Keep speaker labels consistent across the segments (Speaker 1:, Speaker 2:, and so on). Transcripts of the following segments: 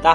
Speaker 1: 大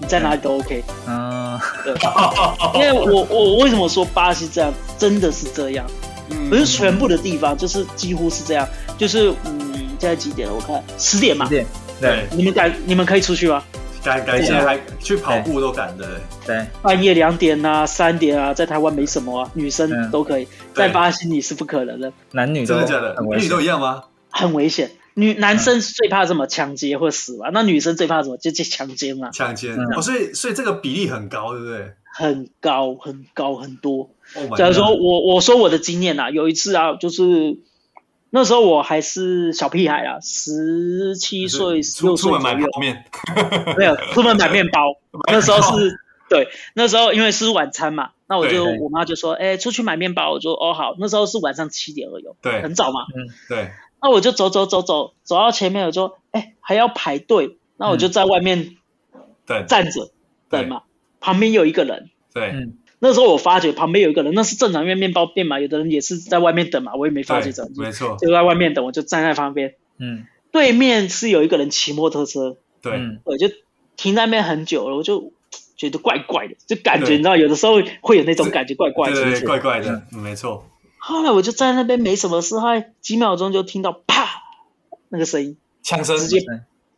Speaker 2: 你在哪里都 OK。
Speaker 3: 啊
Speaker 4: 嗯、
Speaker 2: 对，
Speaker 4: 哦
Speaker 2: 因为我我我为什么说巴西这样，真的是这样，
Speaker 4: 嗯
Speaker 2: 不是全部的地方，就是几乎是这样。就是嗯，现在几点了？我看十点嘛
Speaker 4: 十。点
Speaker 5: 对，
Speaker 2: 你们敢？你们可以出去吗？
Speaker 5: 敢敢现在还去跑步都敢的，
Speaker 4: 对，
Speaker 2: 半夜两点啊，三点啊，在台湾没什么啊，女
Speaker 4: 嗯
Speaker 2: 生都可以，在巴西你是不可能的，
Speaker 4: 男女
Speaker 5: 真
Speaker 4: 都
Speaker 5: 的假的？
Speaker 4: 很危
Speaker 5: 男女
Speaker 4: 险
Speaker 5: 都。一样吗？
Speaker 2: 很危险。女男
Speaker 4: 嗯
Speaker 2: 生是最怕什么抢劫或死嘛，那女生最怕什么就就强奸嘛，
Speaker 5: 强奸
Speaker 4: 嗯
Speaker 5: 哦，所以所以这个比例很高，对不对
Speaker 2: 很高很高很多。
Speaker 5: ？Oh my
Speaker 2: 假如说
Speaker 5: god
Speaker 2: 我我说我的经验呐、有一次啊，就是那时候我还是小屁孩啊，十七岁、十
Speaker 5: 出
Speaker 2: 六
Speaker 5: 出
Speaker 2: 岁
Speaker 5: 门
Speaker 2: 左
Speaker 5: 买
Speaker 2: 右，
Speaker 5: 泡面，
Speaker 2: 没有出门买 面包。那时候是对，那时候因为是晚餐嘛，那我就
Speaker 4: 对对
Speaker 2: 我妈就说，哎、出去买面包，我就哦好，那时候是晚上七点而已哦，
Speaker 5: 对
Speaker 2: 很早嘛。
Speaker 5: 对，
Speaker 2: 那我就走走走走走到前面，我就哎、还要排队，那我就在外面
Speaker 5: 等
Speaker 2: 站着、
Speaker 5: 嗯对
Speaker 2: 等嘛，旁边有一个人。
Speaker 5: 对
Speaker 4: 嗯
Speaker 2: 那时候我发觉旁边有一个人，那是正常，因为面包店嘛，有的人也是在外面等嘛，我也没发觉
Speaker 5: 对
Speaker 2: 怎么，
Speaker 5: 没
Speaker 2: 就
Speaker 5: 错，
Speaker 2: 就在外面等，我就站在旁边，
Speaker 4: 嗯
Speaker 2: 对面是有一个人骑摩托车，
Speaker 5: 对
Speaker 4: 嗯
Speaker 2: 我就停在那边很久了，我就觉得怪怪的，就感觉
Speaker 5: 对
Speaker 2: 你知道，有的时候会有那种感觉怪怪
Speaker 5: 对
Speaker 2: 的。
Speaker 5: 对，怪怪的，嗯没错，
Speaker 2: 后来我就站在那边没什么事，后来几秒钟就听到啪那个声音，
Speaker 5: 枪声。
Speaker 2: 直接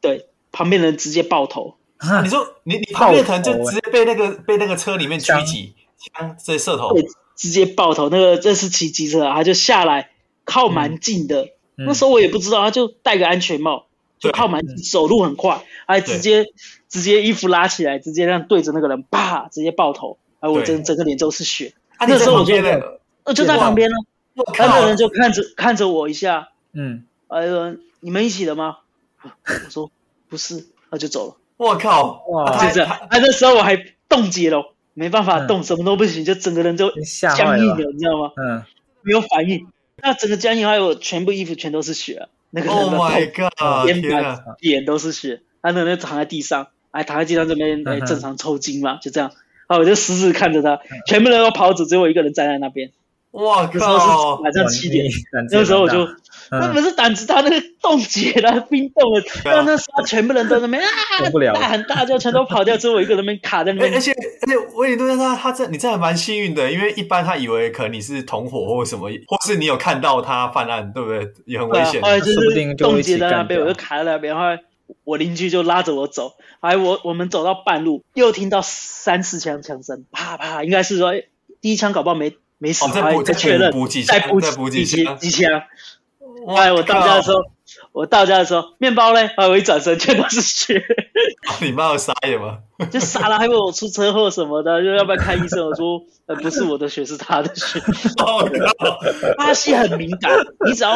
Speaker 4: 对
Speaker 2: 对旁边人直接爆头，
Speaker 4: 啊
Speaker 5: 你说你你泡面可能就
Speaker 4: 爆头欸
Speaker 5: 直接被那个被那个车里面狙击，枪这射头，
Speaker 2: 对，直接爆头。那个这是骑机车啊，他就下来靠蛮近的，
Speaker 4: 嗯
Speaker 2: 那时候我也不知道，他就戴个安全帽，就
Speaker 5: 对嗯
Speaker 2: 靠蛮近，走路很快，还直接直接衣服拉起来，直接这样对着那个人，啪，直接爆头，哎，我
Speaker 5: 对
Speaker 2: 整整个脸都是血，
Speaker 5: 啊，
Speaker 2: 那
Speaker 5: 你
Speaker 2: 时
Speaker 5: 在
Speaker 2: 候我
Speaker 5: 旁边
Speaker 2: 就
Speaker 5: 的，
Speaker 2: 呃，就在旁边呢，
Speaker 5: 我
Speaker 2: 然后那个
Speaker 5: 靠
Speaker 2: 人，就看着看着我一下，
Speaker 4: 嗯，
Speaker 2: 呃，你们一起的吗？啊我说不是，他就走了，
Speaker 5: 我靠，
Speaker 4: 哇
Speaker 5: 啊他
Speaker 2: 就这样，
Speaker 5: 他
Speaker 2: 啊，那时候我还冻结了，没办法
Speaker 4: 嗯
Speaker 2: 动，什么都不行，就整个人就
Speaker 4: 你吓坏
Speaker 2: 僵硬
Speaker 4: 了吧。
Speaker 2: 了，你知道吗？
Speaker 4: 嗯，
Speaker 2: 没有反应，那整个僵硬，还有全部衣服全都是血啊，那个人
Speaker 5: Oh
Speaker 2: 的头
Speaker 5: my god！
Speaker 2: 边
Speaker 5: 天
Speaker 2: 白
Speaker 5: 啊，
Speaker 2: 脸都是血，他那人就躺在地上，哎，躺在地上这边哎
Speaker 4: 嗯哼
Speaker 2: 正常抽筋嘛，就这样。然后我就死死看着他，全部人都跑走，只有我一个人站在那边。
Speaker 5: 我
Speaker 2: 那时候
Speaker 5: 靠
Speaker 2: 是！晚上七点
Speaker 4: 哇，，你
Speaker 2: 那时候我就，
Speaker 4: 嗯
Speaker 2: 那不是胆子大，那个冻结了，冰冻了。
Speaker 5: 对啊
Speaker 2: 那那时候全部人都在那边啊，
Speaker 4: 受不了
Speaker 2: 大喊大叫，全都跑掉，只有我一个人在那边卡在那
Speaker 5: 哎而而
Speaker 2: 边。
Speaker 5: 且而且，威廉顿他他这你这还蛮幸运的，因为一般他以为可能你是同伙或什么，或是你有看到他犯案，对不对？也很
Speaker 2: 对
Speaker 5: 危
Speaker 2: 啊
Speaker 5: 险。
Speaker 2: 后来就
Speaker 4: 说不定
Speaker 2: 是
Speaker 4: 就
Speaker 2: 冻
Speaker 4: 一起
Speaker 2: 结在那边，
Speaker 4: 干掉
Speaker 2: 我就卡在那边。后来我邻居就拉着我走，哎，我我们走到半路，又听到三四枪枪声，啪啪，应该是说哎第一枪搞不好没没死，
Speaker 5: 哦，再
Speaker 2: 后
Speaker 5: 补
Speaker 2: 哎来再确
Speaker 5: 再
Speaker 2: 认，
Speaker 5: 补几
Speaker 2: 再
Speaker 5: 枪，
Speaker 2: 补
Speaker 5: 再补几
Speaker 2: 几
Speaker 5: 枪。
Speaker 2: 几枪。
Speaker 5: 哇
Speaker 2: 哎，我到家的时
Speaker 5: 靠，
Speaker 2: 候，我到家的时候，面包嘞？哎，我一转身全都是血，
Speaker 5: 你妈有傻眼 吗？
Speaker 2: 就傻了，还问我出车祸什么的，就要不要看医生？我说，呃，不是我的血，是他的血。
Speaker 5: 哦我 靠！
Speaker 2: 巴西很敏感，你只要，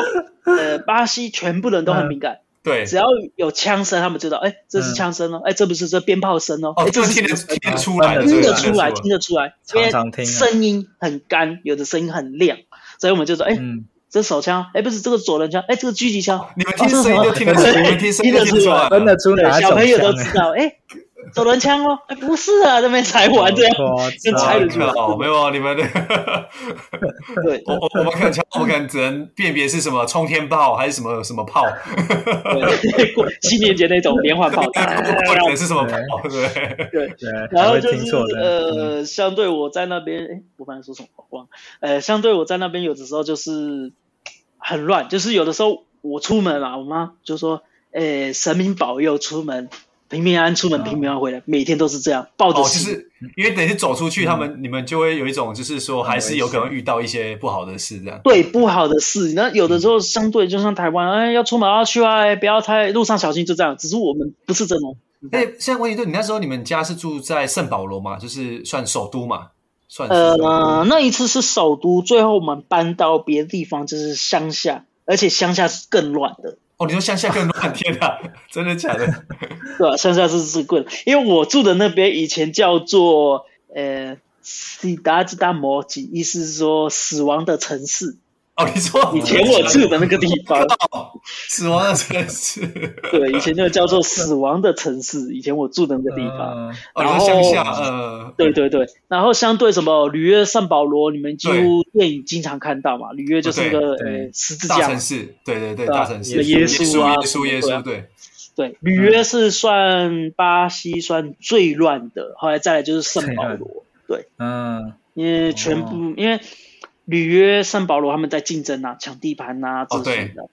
Speaker 2: 呃，巴西全部人都
Speaker 4: 嗯
Speaker 2: 很敏感，
Speaker 5: 对，
Speaker 2: 只要有枪声，他们知道，哎，这是枪声哦，哎，这不是这鞭炮声哦，
Speaker 5: 哦，
Speaker 2: 哎，
Speaker 5: 这
Speaker 2: 这
Speaker 5: 个
Speaker 2: 是
Speaker 5: 听得
Speaker 2: 什么
Speaker 5: 听得出来的，
Speaker 2: 听
Speaker 5: 这
Speaker 2: 得
Speaker 5: 个
Speaker 2: 出来，听得出来，因为
Speaker 4: 常常听啊
Speaker 2: 声音很干，有的声音很亮，所以我们就说，哎，
Speaker 4: 嗯，
Speaker 2: 这手枪，哎，不是这个左轮枪，哎，这个狙击枪，哦
Speaker 5: 你们听声音就听得出，你们听声音就听得出来了，
Speaker 4: 分得出哪
Speaker 2: 对，
Speaker 4: 一
Speaker 2: 小
Speaker 4: 种
Speaker 2: 朋友都
Speaker 4: 香
Speaker 2: 知
Speaker 4: 欸
Speaker 2: 道，哎、走轮枪哦，哎，不是啊，那边才玩这样，
Speaker 4: 哦
Speaker 2: 就猜得出来
Speaker 5: 我。靠，啊哦没有你们的，
Speaker 2: 对
Speaker 5: 我我我们可能我们可能只能辨别是什么冲天炮还是什么什么炮，
Speaker 2: 哎对，过新年节那种连环炮，
Speaker 5: 或者是什么炮，对不对？
Speaker 2: 对。
Speaker 3: 对，
Speaker 2: 然
Speaker 3: 还
Speaker 2: 后
Speaker 3: 会
Speaker 2: 呃就
Speaker 3: 听
Speaker 2: 是
Speaker 3: 错的。嗯
Speaker 2: 呃，相对我在那边，哎，我刚才说什么我忘了，呃，相对我在那边有的时候就是很乱，就是有的时候我出门啊，我妈就说，哎，神明保佑出门平平安安出门，平平安安回来，每天都是这样，抱着
Speaker 5: 哦，就
Speaker 2: 喜
Speaker 5: 是因为等于是走出去，他
Speaker 2: 嗯
Speaker 5: 们你们就会有一种就是说还是有可能遇到一些不好的事这样。
Speaker 2: 对不好的事，那有的时候相对就像台湾，哎，要出门要去啊，哎不要太路上小心，就这样。只是我们不是这种，
Speaker 5: 哎，现在问题就是你那时候你们家是住在圣保罗嘛，就是算首都嘛，算是
Speaker 2: 呃，那一次是首都，最后我们搬到别的地方，就是乡下，而且乡下是更乱的，
Speaker 5: 哦，你说乡下更乱，天哪，真的假的？
Speaker 2: 对吧、啊乡下是是更，因为我住的那边以前叫做呃西达吉达摩吉，意思是说死亡的城市。
Speaker 5: 哦，你说
Speaker 2: 以前我住的那个地方，
Speaker 3: 哦
Speaker 5: 死亡的城市，
Speaker 2: 对，以前就叫做死亡的城市，以前我住的那个地方。
Speaker 3: 嗯
Speaker 5: 哦，你说乡下，呃，
Speaker 2: 对对对，然后相对什么里约、圣保罗，你们几乎电影经常看到嘛。里约就是那个
Speaker 3: 哦对
Speaker 2: 呃十字
Speaker 5: 大
Speaker 2: 架
Speaker 5: 城
Speaker 2: 嘛，
Speaker 5: 市，对对对，
Speaker 2: 对啊
Speaker 5: 大城市，
Speaker 2: 耶
Speaker 5: 稣
Speaker 2: 稣啊
Speaker 5: 耶稣，
Speaker 2: 对
Speaker 5: 耶稣，
Speaker 2: 啊
Speaker 5: 对，
Speaker 2: 对，里约是算巴西算最乱的，后来再来就是圣保罗，
Speaker 3: 嗯，
Speaker 2: 因为全部、因为里约、圣保罗他们在竞争啊，抢地盘啊这
Speaker 5: 哦
Speaker 2: 些的。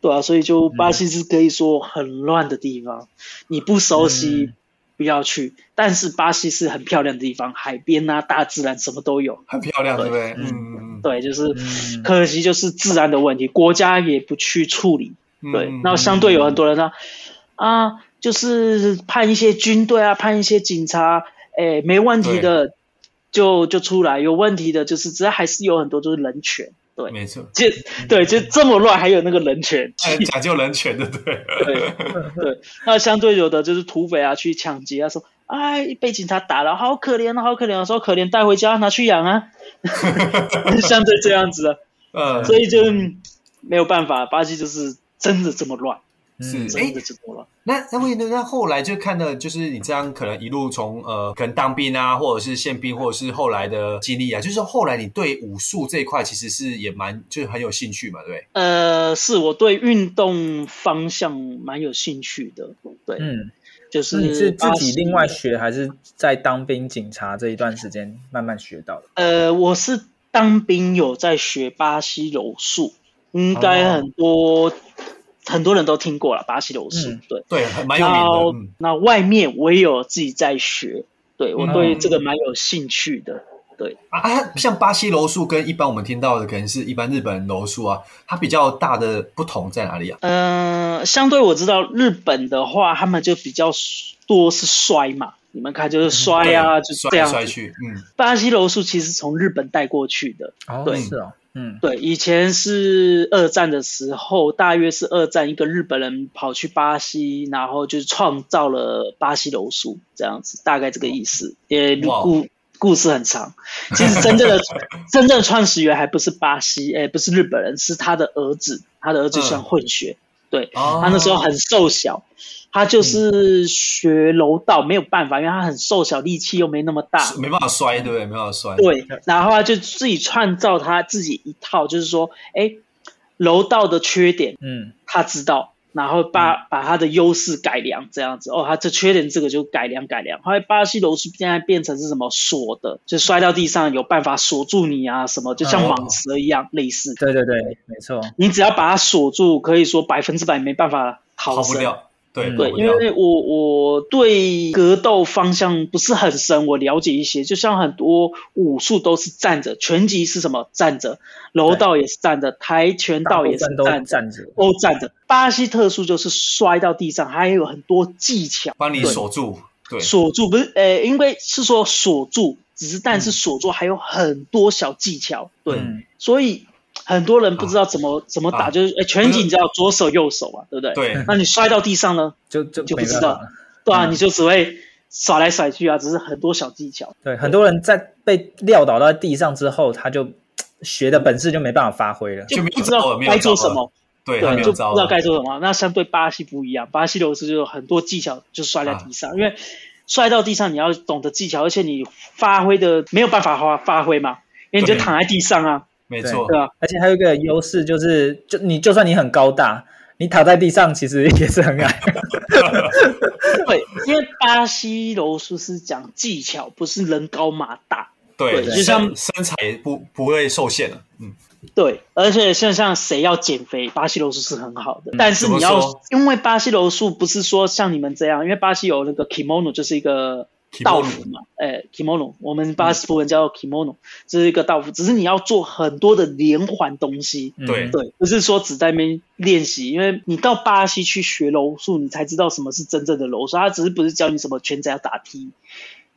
Speaker 2: 对啊，所以就巴西是可以说很乱的地方，你不熟悉不要去。但是巴西是很漂亮的地方，海边啊、大自然什么都有。
Speaker 5: 很漂亮，对
Speaker 2: 对
Speaker 5: 不对？嗯嗯
Speaker 2: 对，就是
Speaker 3: 嗯
Speaker 2: 可惜就是治安的问题，国家也不去处理。
Speaker 5: 嗯，
Speaker 2: 对
Speaker 5: 嗯，
Speaker 2: 那相对有很多人呢，啊，就是判一些军队啊，判一些警察，哎，没问题的就就出来，有问题的就是，只是还是有很多就是人权。对，
Speaker 5: 没错，
Speaker 2: 就对，就这么乱，还有那个人权。
Speaker 5: 哎讲究人权的，对，
Speaker 2: 对对，那相对有的就是土匪啊，去抢劫啊，说哎被警察打了，好可怜啊，好可怜啊，说可怜带回家拿去养啊， 相对这样子啊。
Speaker 5: 呃，
Speaker 2: 所以就嗯没有办法，巴西就是真的这么乱，
Speaker 5: 是，哎
Speaker 2: 真，的这么乱。
Speaker 5: 那那问题那后来就看到，就是你这样可能一路从呃，可能当兵啊，或者是宪兵，或者是后来的经历啊，就是后来你对武术这一块其实是也蛮就是很有兴趣嘛，对不对？
Speaker 2: 呃，是我对运动方向蛮有兴趣的，对，
Speaker 3: 嗯，
Speaker 2: 就是
Speaker 3: 那你是自
Speaker 2: 巴
Speaker 3: 己
Speaker 2: 西
Speaker 3: 另外学，还是在当兵、警察这一段时间慢慢学到的？
Speaker 2: 呃，我是当兵有在学巴西柔术，应该
Speaker 3: 哦
Speaker 2: 很多、很多人都听过了巴西柔术，
Speaker 3: 嗯
Speaker 2: 对。
Speaker 5: 对，很蛮有名
Speaker 2: 然后
Speaker 5: 的，嗯，
Speaker 2: 那外面我也有自己在学，对我
Speaker 5: 嗯
Speaker 2: 对这个蛮有兴趣的。
Speaker 5: 啊啊，像巴西柔术跟一般我们听到的可能是一般日本柔术啊，它比较大的不同在哪里啊？
Speaker 2: 呃，相对我知道日本的话，他们就比较多是摔嘛，你们看
Speaker 3: 嗯
Speaker 2: 就是摔啊，
Speaker 5: 对
Speaker 2: 就是
Speaker 5: 摔
Speaker 2: 这
Speaker 5: 来
Speaker 2: 样
Speaker 5: 摔
Speaker 2: 子。
Speaker 5: 去，嗯，
Speaker 2: 巴西柔术其实从日本带过去的，
Speaker 3: 哦，
Speaker 2: 对
Speaker 3: 是哦，嗯，
Speaker 2: 对，以前是二战的时候，大约是二战，一个日本人跑去巴西，然后就是创造了巴西柔术这样子，大概这个意思。也
Speaker 5: 哇
Speaker 2: 故故事很长，其实真正的真正的创始人还不是巴西，哎，不是日本人，是他的儿子，他的儿子
Speaker 5: 嗯
Speaker 2: 算混血，对，
Speaker 5: 哦
Speaker 2: 他那时候很瘦小，他就是学柔道没有办法，因为他很瘦小，力气又没那么大，
Speaker 5: 哦没办法摔，对不对？没办法摔，
Speaker 2: 对，然后他就自己创造他自己一套，就是说，哎，柔道的缺点
Speaker 3: 嗯，
Speaker 2: 他知道，然后把、
Speaker 5: 嗯
Speaker 2: 把他的优势改良这样子。哦，他这缺点这个就改良改良。后来巴西柔术现在变成是什么锁的，就摔到地上有办法锁住你啊，什么就像
Speaker 5: 嗯
Speaker 3: 哦
Speaker 2: 蟒蛇一样、类似。
Speaker 3: 对对对，没错，
Speaker 2: 你只要把它锁住，可以说百分之百没办法逃
Speaker 5: 逃不
Speaker 2: 生。
Speaker 5: 掉，对
Speaker 3: 嗯
Speaker 2: 对，
Speaker 5: 跑不
Speaker 2: 因
Speaker 5: 掉
Speaker 2: 为我我对格斗方向不是很深，我了解一些，就像很多武术都是站着，拳击是什么站着，柔道也是站着，跆拳
Speaker 3: 大
Speaker 2: 道
Speaker 3: 部
Speaker 2: 也是
Speaker 3: 分都
Speaker 2: 站着，
Speaker 3: 站着，
Speaker 2: 都站着。巴西特殊就是摔到地上，还有很多技巧
Speaker 5: 帮你
Speaker 2: 对
Speaker 5: 锁住，对，
Speaker 2: 锁住，不是呃，因为是说锁住，只是但是锁住还有很多小技巧，对，
Speaker 3: 嗯
Speaker 2: 所以。很多人不知道怎么、怎么打，
Speaker 5: 啊
Speaker 2: 就是哎，拳击你知道左手右手嘛，对不对？。
Speaker 5: 对，
Speaker 2: 那你摔到地上呢，
Speaker 3: 就就
Speaker 2: 就不
Speaker 3: 没
Speaker 2: 知
Speaker 3: 办
Speaker 2: 道
Speaker 3: 法了。
Speaker 2: 对啊，
Speaker 3: 嗯
Speaker 2: 你就只会甩来甩去啊，只是很多小技巧。
Speaker 3: 对，很多人在被撂倒到地上之后，他就学的本事就没办法发挥了。
Speaker 5: 就没有
Speaker 2: 不知
Speaker 5: 招
Speaker 2: 道
Speaker 5: 了没有
Speaker 2: 该做
Speaker 5: 招
Speaker 2: 什
Speaker 5: 了
Speaker 2: 么，
Speaker 5: 对，
Speaker 2: 对
Speaker 5: 他没，
Speaker 2: 就
Speaker 5: 有
Speaker 2: 不知
Speaker 5: 招
Speaker 2: 道
Speaker 5: 了，啊
Speaker 2: 该做什么。那相对巴西不一样，巴西柔术就有很多技巧，就摔在地上，因为摔到地上，你要懂得技巧，而且你发挥的没有办法发发挥嘛，因为你就
Speaker 5: 对
Speaker 2: 躺在地上啊，
Speaker 5: 没错
Speaker 2: 对，吧、
Speaker 3: 而且还有一个优势就是，就你就算你很高大，你躺在地上其实也是很矮。
Speaker 2: 对，因为巴西柔术是讲技巧，不是人高马大。
Speaker 5: 对，
Speaker 2: 对就像
Speaker 5: 身身材不不会受限了，嗯，
Speaker 2: 对，而且像像谁要减肥，巴西柔术是很好的，但是你
Speaker 5: 嗯怎么说
Speaker 2: 要因为巴西柔术不是说像你们这样，因为巴西有那个 kimono 就是一个
Speaker 5: Kimono
Speaker 2: 道服嘛，哎，kimono，我们巴西服文叫 kimono，这是一个道服，只是你要做很多的连环东西，
Speaker 5: 对
Speaker 3: 嗯
Speaker 2: 对，不是说只在那边练习，因为你到巴西去学柔术，你才知道什么是真正的柔术，他只是不是教你什么拳击要打踢。
Speaker 5: 嗯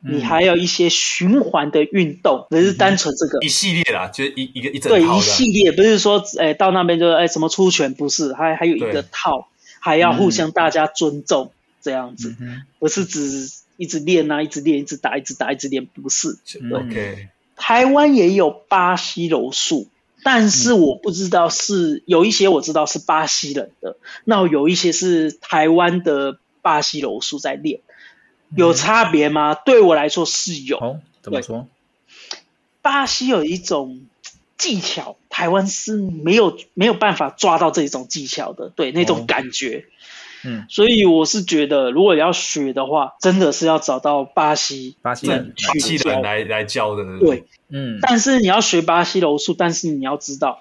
Speaker 2: 你还有一些循环的运动，不是单纯这个
Speaker 5: 一系列啦，就是一一个一整
Speaker 2: 对一
Speaker 5: 套的，
Speaker 2: 系列，不是说哎到那边就哎什么出拳不是，还还有一
Speaker 5: 对
Speaker 2: 个套，还要互相大家尊重、这样子，
Speaker 3: 嗯
Speaker 2: 不是只一直练啊，一直练，一直打，一直打，一直练，不是。
Speaker 3: 嗯
Speaker 5: OK，
Speaker 2: 台湾也有巴西柔术，但是我不知道是、有一些我知道是巴西人的，那有一些是台湾的巴西柔术在练，
Speaker 5: 嗯
Speaker 2: 有差别吗？对我来说是有，
Speaker 3: 哦，怎么说？
Speaker 2: 巴西有一种技巧，台湾是没有没有办法抓到这一种技巧的，对那
Speaker 3: 哦
Speaker 2: 种感觉。
Speaker 3: 嗯，
Speaker 2: 所以我是觉得，如果要学的话，真的是要找到巴西
Speaker 3: 巴西
Speaker 5: 正
Speaker 3: 人
Speaker 2: 人
Speaker 5: 巴西
Speaker 2: 去
Speaker 5: 人
Speaker 2: 教。
Speaker 5: 来来教的，不
Speaker 2: 对，，
Speaker 3: 嗯，
Speaker 2: 但是你要学巴西柔术，但是你要知道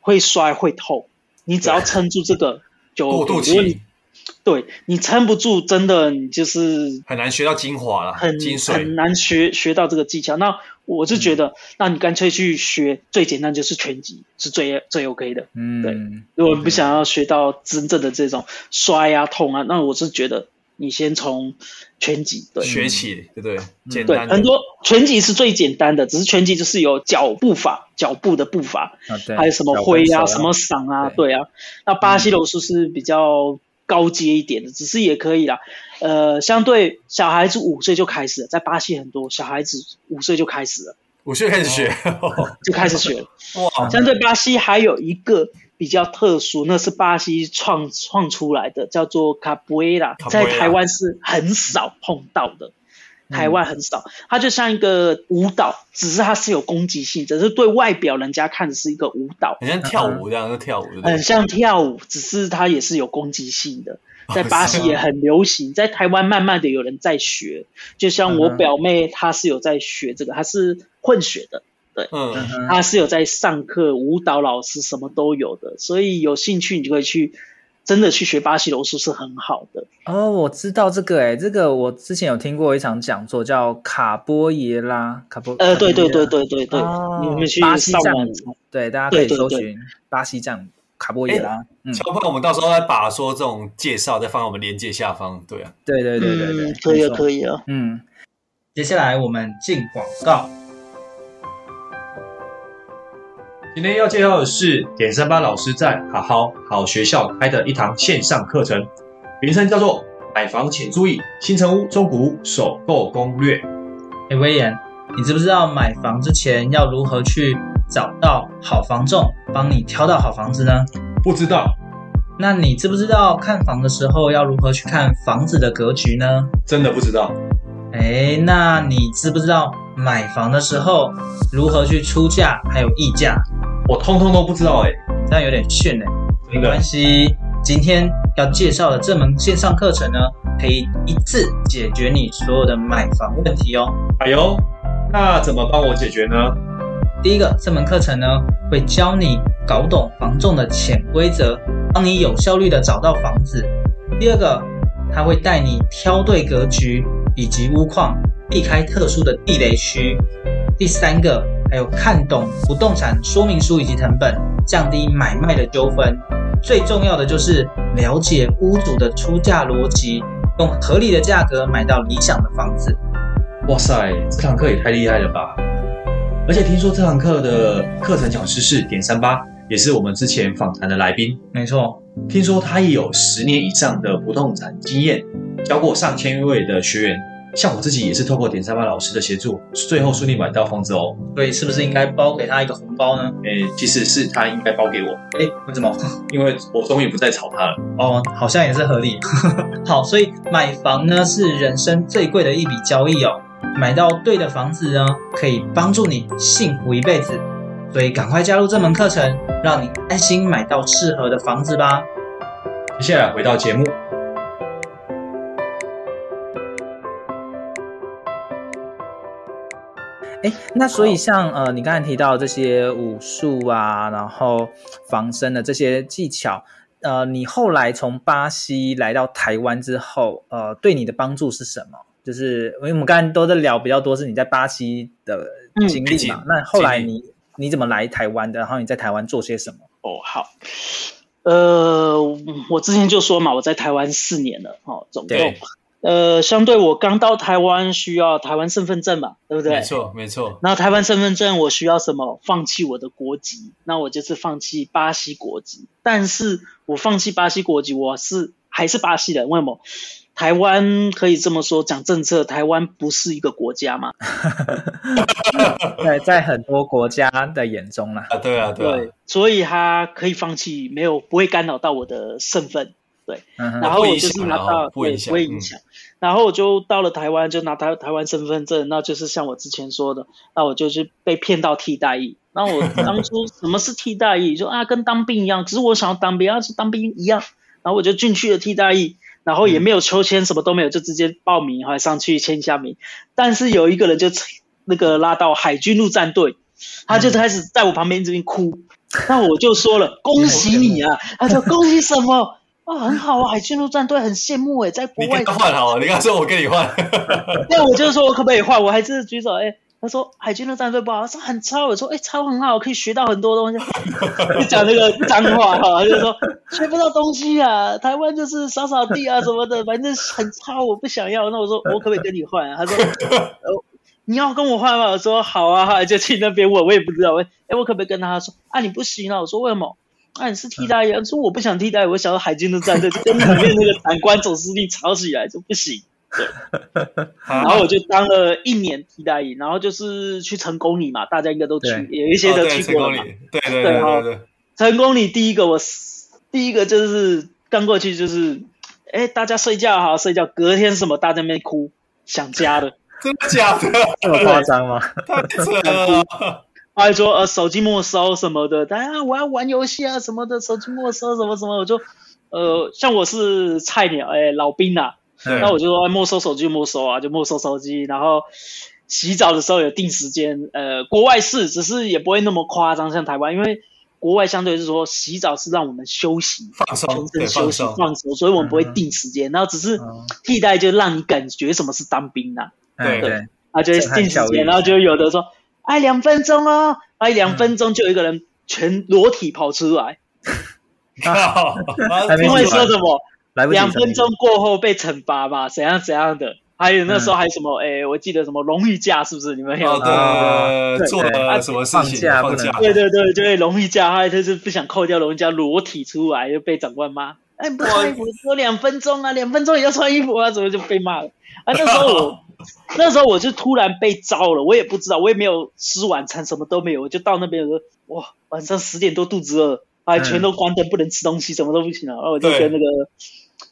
Speaker 2: 会摔会痛，你只要
Speaker 5: 对
Speaker 2: 撑住这个就
Speaker 5: 过
Speaker 2: OK。
Speaker 5: 渡
Speaker 2: 如果你
Speaker 5: 期
Speaker 2: 对你撑不住，真的你就是
Speaker 5: 很难学到精华啦，
Speaker 2: 很
Speaker 5: 精髓嗯
Speaker 2: 很难学学到这个技巧。那我是觉得，那你干脆去学最简单就是拳击是最最 OK 的。
Speaker 3: 嗯，
Speaker 2: 如果你不想要学到真正的这种摔啊痛啊，那我是觉得你先从拳击对。
Speaker 5: 学起，对不对？
Speaker 6: 嗯
Speaker 5: 简
Speaker 2: 对，
Speaker 5: 单的
Speaker 2: 很多拳击是最简单的，只是拳击就是有脚步法、脚步的步法，
Speaker 3: 啊对，
Speaker 2: 还有什么挥
Speaker 3: 小
Speaker 2: 啊、
Speaker 3: 分手
Speaker 2: 什么赏啊，
Speaker 3: 对
Speaker 2: 对啊。那巴西柔术是比较高阶一点的，只是也可以啦。呃，相对小孩子五岁就开始了，在巴西很多小孩子五岁就开始了，
Speaker 5: 我现在开始学，
Speaker 6: 哦
Speaker 2: 就开始学了。
Speaker 5: 哇，
Speaker 2: 相对巴西还有一个比较特殊，那是巴西创创出来的，叫做卡布埃拉，嗯
Speaker 5: Capoeira
Speaker 2: 在台湾是很少碰到的。台湾很少，它就像一个舞蹈，只是它是有攻击性，只是对外表人家看的是一个舞蹈，
Speaker 5: 很像跳舞这样，就跳舞，对不对
Speaker 2: 很？像跳舞，只是它也是有攻击性的，在巴
Speaker 5: 是
Speaker 2: 西
Speaker 5: 吗
Speaker 2: 也很流行，在台湾慢慢的有人在学，就像我
Speaker 3: 嗯哼
Speaker 2: 表妹她是有在学这个，她是混血的，
Speaker 5: 嗯，
Speaker 3: 嗯
Speaker 2: 她是有在上课，舞蹈老师什么都有的，所以有兴趣你就可以去真的去学巴西柔术是很好的，
Speaker 3: 哦，我知道这个哎，这个我之前有听过一场讲座，叫卡波耶拉卡波。
Speaker 2: 呃，对
Speaker 3: 卡波
Speaker 2: 对
Speaker 3: 耶拉
Speaker 2: 对，对对对，
Speaker 3: 哦
Speaker 2: 你们去
Speaker 3: 巴西
Speaker 2: 上
Speaker 3: 战
Speaker 2: 网
Speaker 3: 舞，对，大家可以
Speaker 2: 对对哎
Speaker 3: 搜
Speaker 2: 对
Speaker 3: 寻巴西战舞卡波耶拉。嗯，
Speaker 5: 乔胖，我们到时候再把说这种介绍再放在我们链接下方，对啊，
Speaker 3: 对对对对对
Speaker 2: 嗯，，可以
Speaker 3: 没
Speaker 2: 啊
Speaker 3: 错
Speaker 2: 可以啊，
Speaker 3: 嗯，接下来我们进广告。
Speaker 6: 今天要介绍的是点三八老师在好好好学校开的一堂线上课程，名称叫做《买房请注意：新城屋、中古屋首购攻略》。
Speaker 3: 哎，威廉，你知不知道买房之前要如何去找到好房仲，帮你挑到好房子呢？
Speaker 6: 不知道，
Speaker 3: 那你知不知道看房的时候要如何去看房子的格局呢？
Speaker 6: 真的不知道。
Speaker 3: 哎，那你知不知道买房的时候如何去出价还有议价？
Speaker 6: 我通通都不知道哎、
Speaker 3: 这样有点逊哎。没
Speaker 6: 真
Speaker 3: 关
Speaker 6: 的
Speaker 3: 系，今天要介绍的这门线上课程呢，可以一次解决你所有的买房问题哦。
Speaker 6: 哎呦，那怎么帮我解决呢？
Speaker 3: 第一个，这门课程呢会教你搞懂房仲的潜规则，帮你有效率的找到房子。第二个，它会带你挑对格局以及屋况，避开特殊的地雷区。第三个，还有看懂不动产说明书以及成本，降低买卖的纠纷。最重要的就是了解屋主的出价逻辑，用合理的价格买到理想的房子。
Speaker 6: 哇塞，这堂课也太厉害了吧！而且听说这堂课的课程讲师是点三八，也是我们之前访谈的来宾。
Speaker 3: 没错，
Speaker 6: 听说他也有十年以上的不动产经验，教过上千位的学员，像我自己也是透过点三八老师的协助，最后顺利买到房子哦。
Speaker 3: 所以是不是应该包给他一个红包呢？
Speaker 6: 诶，其实是他应该包给我，
Speaker 3: 哎，为什么？
Speaker 6: 因为我终于不再吵他了。
Speaker 3: 哦，好像也是合理。 好，所以买房呢是人生最贵的一笔交易哦。买到对的房子呢，可以帮助你幸福一辈子。所以赶快加入这门课程，让你安心买到适合的房子吧。
Speaker 6: 接下来回到节目，
Speaker 4: 哎，那所以像呃，你刚才提到这些武术啊，然后防身的这些技巧，呃，你后来从巴西来到台湾之后，呃，对你的帮助是什么？就是因为我们刚才都在聊比较多是你在巴西的经历嘛，
Speaker 5: 嗯
Speaker 4: 那后来
Speaker 5: 经
Speaker 4: 你你怎么来台湾的？然后你在台湾做些什么？
Speaker 2: 哦，好，呃，我之前就说嘛，我在台湾四年了，哦，总共
Speaker 4: 对，
Speaker 2: 呃，相对我刚到台湾需要台湾身份证嘛，对不对？
Speaker 5: 没错没错，
Speaker 2: 那台湾身份证我需要什么？放弃我的国籍，那我就是放弃巴西国籍。但是我放弃巴西国籍，我是还是巴西人，为什么？台湾可以这么说，讲政策，台湾不是一个国家嘛？
Speaker 4: 在在很多国家的眼中啦，
Speaker 5: 啊对啊对啊，
Speaker 2: 所以他可以放弃，没有不会干扰到我的身份，
Speaker 4: 嗯哼，
Speaker 2: 然后
Speaker 5: 不
Speaker 2: 我
Speaker 5: 影
Speaker 2: 就是
Speaker 5: 响
Speaker 2: 拿
Speaker 5: 了
Speaker 2: 到
Speaker 5: 哦不影
Speaker 2: 对
Speaker 5: 响
Speaker 2: 不会
Speaker 5: 嗯
Speaker 2: 影响。然后我就到了台湾，就拿台台湾身份证，那就是像我之前说的，那我就是被骗到替代役。那 我当初什么是替代役？就啊，跟当兵一样，只是我想要当兵，要是当兵一样。然后我就进去了替代役，然后也
Speaker 5: 嗯
Speaker 2: 没有抽签，什么都没有，就直接报名，还上去签一下名。但是有一个人就那个拉到海军陆战队，他
Speaker 5: 嗯
Speaker 2: 就开始在我旁边这边哭。那我就说了，恭喜你啊！他说恭喜什么？ 啊，很好啊，海军陆战队很羡慕哎、在国
Speaker 5: 你
Speaker 2: 外
Speaker 5: 跟他换好了，你跟他说我跟你换，
Speaker 2: 对，我就说我可不可以换？我还真的举手，哎、他说海军陆战队不好，他说很超，我说哎、超很好，可以学到很多东西。就讲那个脏话哈，就是说学不到东西啊，台湾就是扫扫地啊什么的，反正很超，我不想要。那我说我可不可以跟你换、啊？他说、呃你要跟我换吗？我说好啊，好啊就去那边问，我也不知道，我哎、我可不可以跟他说啊？你不行啊？我说为什么？啊，你是替代役啊，他说我不想替代，我想要海军陆战队，就跟里面那个长官总司令吵起来就不行。 然
Speaker 5: 哦
Speaker 2: 后我就当了一年替代役，然后就是去成功里嘛，大家应该都去，
Speaker 4: 对
Speaker 2: 有一些
Speaker 5: 哦
Speaker 2: 都
Speaker 5: 对
Speaker 2: 去
Speaker 5: 成
Speaker 2: 过
Speaker 5: 功
Speaker 2: 了
Speaker 5: 里
Speaker 2: 嘛。，
Speaker 5: 对对
Speaker 2: 对
Speaker 5: 对
Speaker 2: 哈
Speaker 5: 对对，
Speaker 2: 成功里第一个我第一个就是刚过去就是，哎，大家睡觉好好睡觉，隔天什么大家在那边哭，想家的，
Speaker 5: 真的假的？
Speaker 4: 这么夸张吗？
Speaker 5: 太扯了！
Speaker 2: 还说呃手机没收什么的，大家我要玩游戏啊什么的，手机没收什么什么，我就呃像我是菜鸟哎老兵啊，
Speaker 5: 对
Speaker 2: 那我就说哎没收手机就没收啊，就没收手机，然后洗澡的时候有定时间，呃，国外是，只是也不会那么夸张，像台湾，因为国外相对是说洗澡是让我们休息，
Speaker 5: 放松
Speaker 2: 全，
Speaker 5: 对
Speaker 2: 身休
Speaker 5: 放
Speaker 2: 息
Speaker 5: 松，
Speaker 2: 放松，所以我们不会定时间，然后只是
Speaker 4: 嗯
Speaker 2: 替代就让你感觉什么是当兵啊，
Speaker 4: 嗯
Speaker 5: 对
Speaker 4: 对，
Speaker 2: 啊，就会
Speaker 4: 震撼
Speaker 2: 定时
Speaker 4: 效应
Speaker 2: 间，然后就有的说，哎，两分钟哦，哎，两分钟就有一个人全裸体跑出来，
Speaker 5: 靠
Speaker 4: 还没
Speaker 2: 因
Speaker 4: 出
Speaker 2: 为
Speaker 4: 来
Speaker 2: 说什么？
Speaker 4: 来不及
Speaker 2: 两分
Speaker 4: 成
Speaker 2: 钟过后被惩罚嘛，怎样怎样的。还有那时候还有什么，哎、我记得什么荣誉假是不是？你们有？
Speaker 5: 哦，对，
Speaker 2: 对
Speaker 5: 做了什么事
Speaker 4: 啊放
Speaker 5: 情？
Speaker 4: 假不
Speaker 5: 放
Speaker 4: 能
Speaker 5: 假，
Speaker 2: 对对对，就是荣誉假，还有就是不想扣掉荣誉假，裸体出来就被长官骂。哎，不穿衣服只有两分钟啊，两分钟也要穿衣服啊，怎么就被骂了？啊，那时候我那时候我就突然被招了，我也不知道，我也没有吃晚餐，什么都没有，我就到那边我说，哇，晚上十点多肚子饿，啊，
Speaker 4: 嗯
Speaker 2: 全都关灯，不能吃东西，什么都不行了。啊然后我就跟那个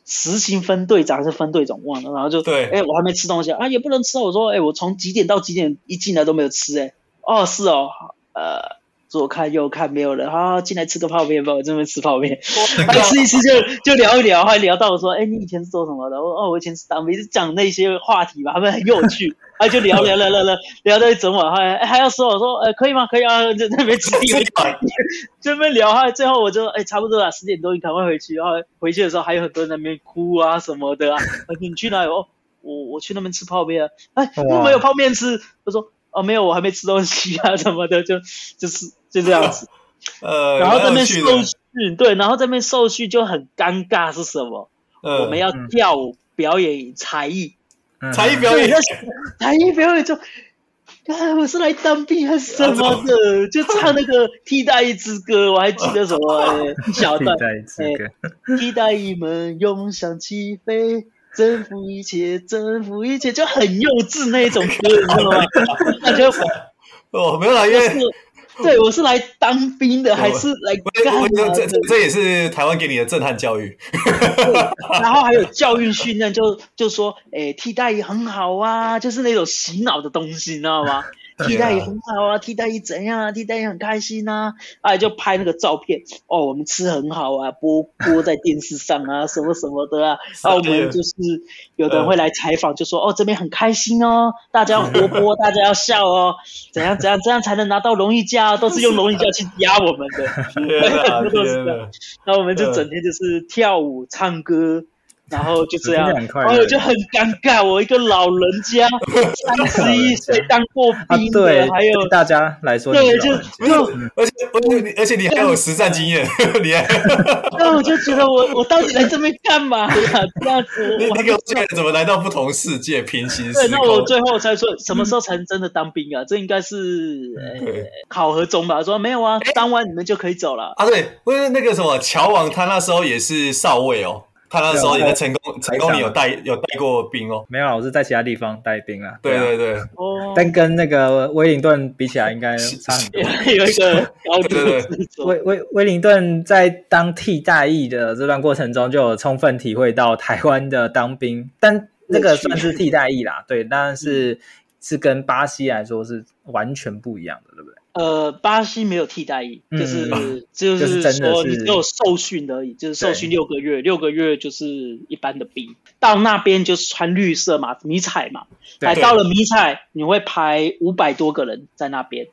Speaker 2: 实行分队长还是分队长忘了，然后就
Speaker 5: 对
Speaker 2: 哎、我还没吃东西啊，也不能吃啊。我说，哎、我从几点到几点一进来都没有吃、哎，哦，是哦，呃。左看右看没有人，好、进来吃个泡面吧。我这边吃泡面，还吃一吃就就聊一聊，还聊到我说，哎、你以前是做什么的？我哦，我以前是当兵，是讲那些话题吧，他们很有趣，啊，就聊聊聊聊聊聊到一整晚，还、哎还要说我说，呃，可以吗？可以啊，就那边吃一个这边聊，后来最后我就哎、差不多了，十点多你赶快回去，然后回去的时候还有很多人在那边哭啊什么的啊， 我说你去哪里？哦，我我去那边吃泡面啊，哎，
Speaker 4: 哇
Speaker 2: 我没有泡面吃，我说哦没有，我还没吃东西啊 什么的，就就是就这样子。
Speaker 5: 呃，
Speaker 2: 然后这
Speaker 5: 蛮 有
Speaker 2: 边
Speaker 5: 趣
Speaker 2: 受
Speaker 5: 的
Speaker 2: 训，对，然后这边受训就很尴尬，是什么？
Speaker 5: 呃
Speaker 2: 我们要
Speaker 4: 嗯
Speaker 2: 跳舞、表演才艺，
Speaker 4: 嗯
Speaker 5: 才艺表
Speaker 2: 对，
Speaker 5: 演
Speaker 2: 那，才艺表演就，哎，我是来当兵还是什
Speaker 5: 啊
Speaker 2: 么的？就唱那个替代役之歌，我还记得什 么、哎一小
Speaker 4: 替
Speaker 2: 段，哎
Speaker 4: 代这个，
Speaker 2: 替代役们永向起飞，征服一切，征服一切，就很幼稚那一种歌，你知道 吗？那就
Speaker 5: 哦，没有啦，因
Speaker 2: 就
Speaker 5: 为
Speaker 2: 是对我是来当兵的，还是来干
Speaker 5: 我
Speaker 2: 嘛
Speaker 5: 我
Speaker 2: 的？
Speaker 5: 这这这也是台湾给你的震撼教育。
Speaker 2: 然后还有教育训练，就就说，诶，替代役很好啊，就是那种洗脑的东西，你知道吗？ 替代役很好啊，替代役怎样啊？替代役很开心啊，哎，就拍那个照片，哦，我们吃很好啊， 播播在电视上啊， 什么什么的啊。然后我们就是有的人会来采访，就说，哦，这边很开心哦，大家要活 泼，大家要笑哦，怎样怎样，这样才能拿到荣誉奖啊，都是用荣誉奖去压我们的。
Speaker 5: 天啊，
Speaker 2: 都是
Speaker 5: 天
Speaker 2: 这样！
Speaker 5: 啊
Speaker 2: 然后我们
Speaker 4: 嗯
Speaker 2: 就整天就是跳舞、唱歌，然后就这样
Speaker 4: 真的很，快乐
Speaker 2: 然后我就很尴尬，我一个老人家，三十一岁当过
Speaker 4: 啊，
Speaker 2: 兵的，
Speaker 4: 对，
Speaker 2: 还有
Speaker 4: 对大家来说你
Speaker 2: 对，
Speaker 4: 知道
Speaker 2: 就
Speaker 4: 吗，
Speaker 2: 就
Speaker 5: 而且而且你而且你还有实战经验， 你还
Speaker 2: 那我就觉得我我到底来这边干嘛呀？ 这样子，
Speaker 5: 你
Speaker 2: 我
Speaker 5: 你给我讲怎么来到不同世界平行
Speaker 2: 对，
Speaker 5: 时
Speaker 2: 那我
Speaker 5: 空？
Speaker 2: 最后才说什么时
Speaker 4: 嗯
Speaker 2: 候才能真的当兵啊？这应该是呃
Speaker 5: 对
Speaker 2: 考核中吧？说没有啊，
Speaker 5: 哎
Speaker 2: 当完你们就可以走了。
Speaker 5: 啊，对，不是那个什么乔王，他那时候也是少尉哦，他那时候也在成功成功里有带有带过兵哦。
Speaker 4: 没有啦，我是在其他地方带兵啦。
Speaker 5: 对
Speaker 4: 啊
Speaker 5: 对对
Speaker 2: 哦，
Speaker 4: 但跟那个威灵顿比起来，应该差很多。
Speaker 2: 有一个高度
Speaker 5: 对对
Speaker 2: 自主
Speaker 4: 威威威灵顿在当替代役的这段过程中，就有充分体会到台湾的当兵，但那个算是替代役啦，对，但是
Speaker 2: 嗯
Speaker 4: 是跟巴西来说是完全不一样的，对不对？
Speaker 2: 呃，巴西没有替代役，
Speaker 4: 嗯
Speaker 2: 就是、
Speaker 4: 嗯
Speaker 2: 就
Speaker 4: 就是真的
Speaker 2: 说你
Speaker 4: 是
Speaker 2: 只有受训而已，就是受训六个月，六个月就是一般的兵。到那边就是穿绿色嘛，迷彩嘛。
Speaker 4: 对
Speaker 2: 哎，到了迷彩，你会排五百多个人在那
Speaker 4: 嗯
Speaker 2: 边，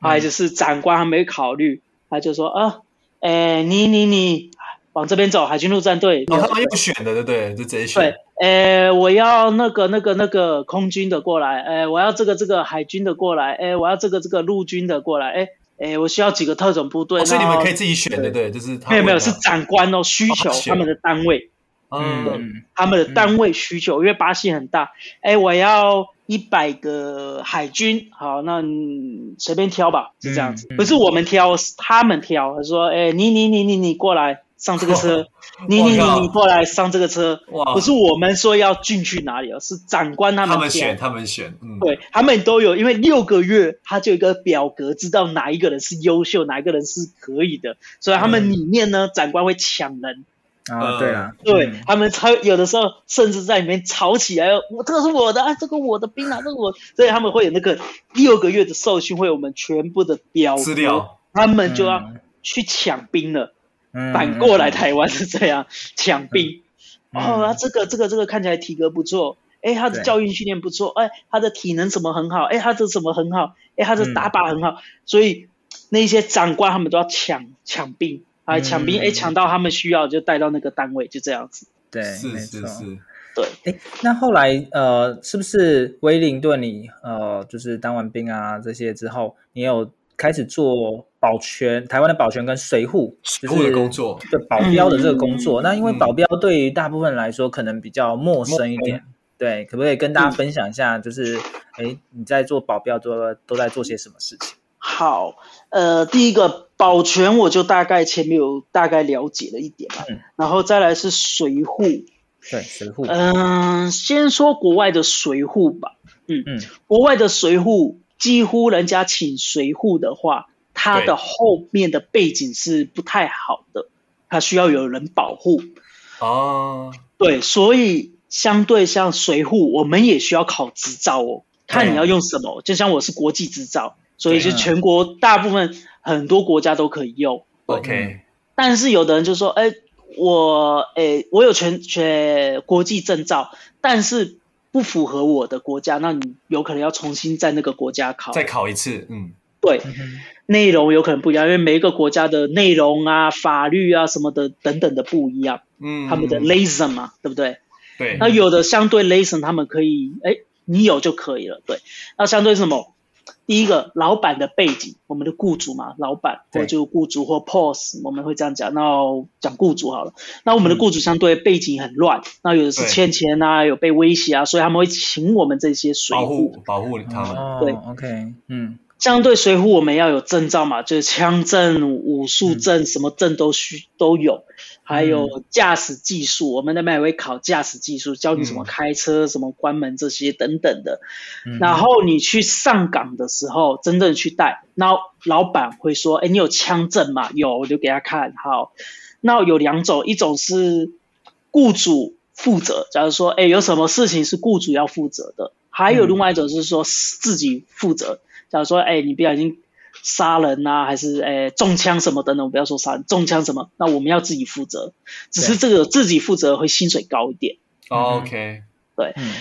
Speaker 2: 还有就是长官还没考虑，他就说啊，哎，你你你往这边走，海军陆战队。
Speaker 5: 哦，他们又选的，对对，就直接选
Speaker 2: 对。，诶，呃我要那个那个那个空军的过来，诶，我要这个这个海军的过来，诶，我要这个这个陆军的过来，诶，诶，我需要几个特种部队。
Speaker 5: 哦所以你
Speaker 2: 然后
Speaker 5: 们可以自己选的，对，就是他
Speaker 2: 没有没有
Speaker 5: 们
Speaker 2: 是
Speaker 5: 啊
Speaker 2: 长官哦，需求
Speaker 5: 哦选
Speaker 2: 他们的单位，
Speaker 5: 嗯，
Speaker 4: 嗯，
Speaker 2: 他们的单位需求，因为巴西很大，诶，我要一百个海军，好，那你随便挑吧，是这样子
Speaker 4: 嗯嗯，
Speaker 2: 不是我们挑，是他们挑，他说，诶，你你你你你过来上这个 车，你你
Speaker 5: 我靠
Speaker 2: 你你过来上这个车，
Speaker 5: 哇，
Speaker 2: 不是我们说要进去哪里哦，是长官他
Speaker 5: 他
Speaker 2: 们
Speaker 5: 们
Speaker 2: 挑
Speaker 5: 选，他们选，嗯，
Speaker 2: 对他们都有，因为六个月他就有一个表格，知道哪一个人是优秀，哪一个人是可以的，所以他
Speaker 5: 嗯
Speaker 2: 们里面呢，长官会抢人，
Speaker 4: 啊，对啦，
Speaker 2: 对、
Speaker 4: 嗯
Speaker 2: 他们超有的时候甚至在里面吵起来，哦我这个是我的，啊，这个我的兵啊，这个我，所以他们会有那个六个月的受训，会有我们全部的表格
Speaker 5: 资料，
Speaker 2: 他们就要去抢兵
Speaker 4: 嗯
Speaker 2: 了。反过来，台湾是这样抢兵。
Speaker 4: 嗯
Speaker 2: 哦，他这个这个这个看起来体格不错，哎，他的
Speaker 4: 对
Speaker 2: 教育训练不错，哎，他的体能什么很好，哎，他的什么很好，哎，他
Speaker 4: 嗯
Speaker 2: 的打靶很好，所以那些长官他们都要抢抢兵，啊，
Speaker 4: 嗯
Speaker 2: 抢兵，哎，抢到他们需要就带到那个单位，就这样子。
Speaker 4: 对，
Speaker 5: 是
Speaker 4: 没
Speaker 5: 是
Speaker 4: 错。
Speaker 5: 是，
Speaker 4: 哎，那后来呃，是不是威灵顿你呃，就是当完兵啊这些之后，你有开始做保全台湾的保全跟随护，
Speaker 5: 水
Speaker 4: 就
Speaker 5: 户的
Speaker 4: 是
Speaker 5: 工作，
Speaker 4: 对保镖的这个工作。那因为
Speaker 5: 嗯
Speaker 4: 保镖对于大部分来说可能比较陌生一点，对，可不可以跟大
Speaker 5: 嗯
Speaker 4: 家分享一下？就是哎、诶你在做保镖都都在做些什么事情？
Speaker 2: 好，呃，第一个保全我就大概前面有大概了解了一点嘛，
Speaker 4: 嗯
Speaker 2: 然后再来是随护，
Speaker 4: 对，随护，
Speaker 2: 嗯、先说国外的随护吧。
Speaker 4: 嗯
Speaker 2: 国外的随护，几乎人家请随护的话，他
Speaker 5: 对
Speaker 2: 的后面的背景是不太好的，他需要有人保护。
Speaker 5: 哦，
Speaker 2: 对，所以相对像随护，我们也需要考执照哦，看你要用什么。就像我是国际执照，所以就
Speaker 4: 对啊
Speaker 2: 全国大部分很多国家都可以用。
Speaker 5: OK，
Speaker 2: 但是有的人就说，哎、我，哎、我有全全国际证照，但是不符合我的国家，那你有可能要重新在那个国家考。
Speaker 5: 再考一次，嗯，
Speaker 2: 对，
Speaker 4: 嗯哼
Speaker 2: 内容有可能不一样，因为每一个国家的内容啊、法律啊什么的等等的不一样，
Speaker 5: 嗯，
Speaker 2: 他们的 lesson 嘛，对不对？
Speaker 5: 对，
Speaker 2: 那有的相对 lesson 他们可以，哎，你有就可以了，对。那相对是什么？第一个，老板的背景，我们的雇主嘛，老板
Speaker 4: 对
Speaker 2: 或就雇主或 POS，我们会这样讲。那讲雇主好了，那我们的雇主相对背景很乱，那有的是
Speaker 5: 对
Speaker 2: 欠钱啊，有被威胁啊，所以他们会请我们这些水
Speaker 5: 保
Speaker 2: 户
Speaker 5: 护保护他们，
Speaker 4: 哦
Speaker 2: 对
Speaker 4: ，OK，嗯，
Speaker 2: 相对水浒，我们要有证照嘛，就是枪证、武术证，什么证都需都有，还有驾驶技术，我们那边也会考驾驶技术，教你怎么开车、怎么关门这些等等的。然后你去上岗的时候，真正去带，然后老板会说：“哎，你有枪证吗？有，我就给他看。好，那有两种，一种是雇主负责，假如说，哎，有什么事情是雇主要负责的；还有另外一种是说自己负责。假如说，哎、你不小心杀人呐、还是哎、中枪什么等等，我不要说杀人，中枪什么，那我们要自己负责。只是这个自己负责会薪水高一点。
Speaker 5: 哦 OK，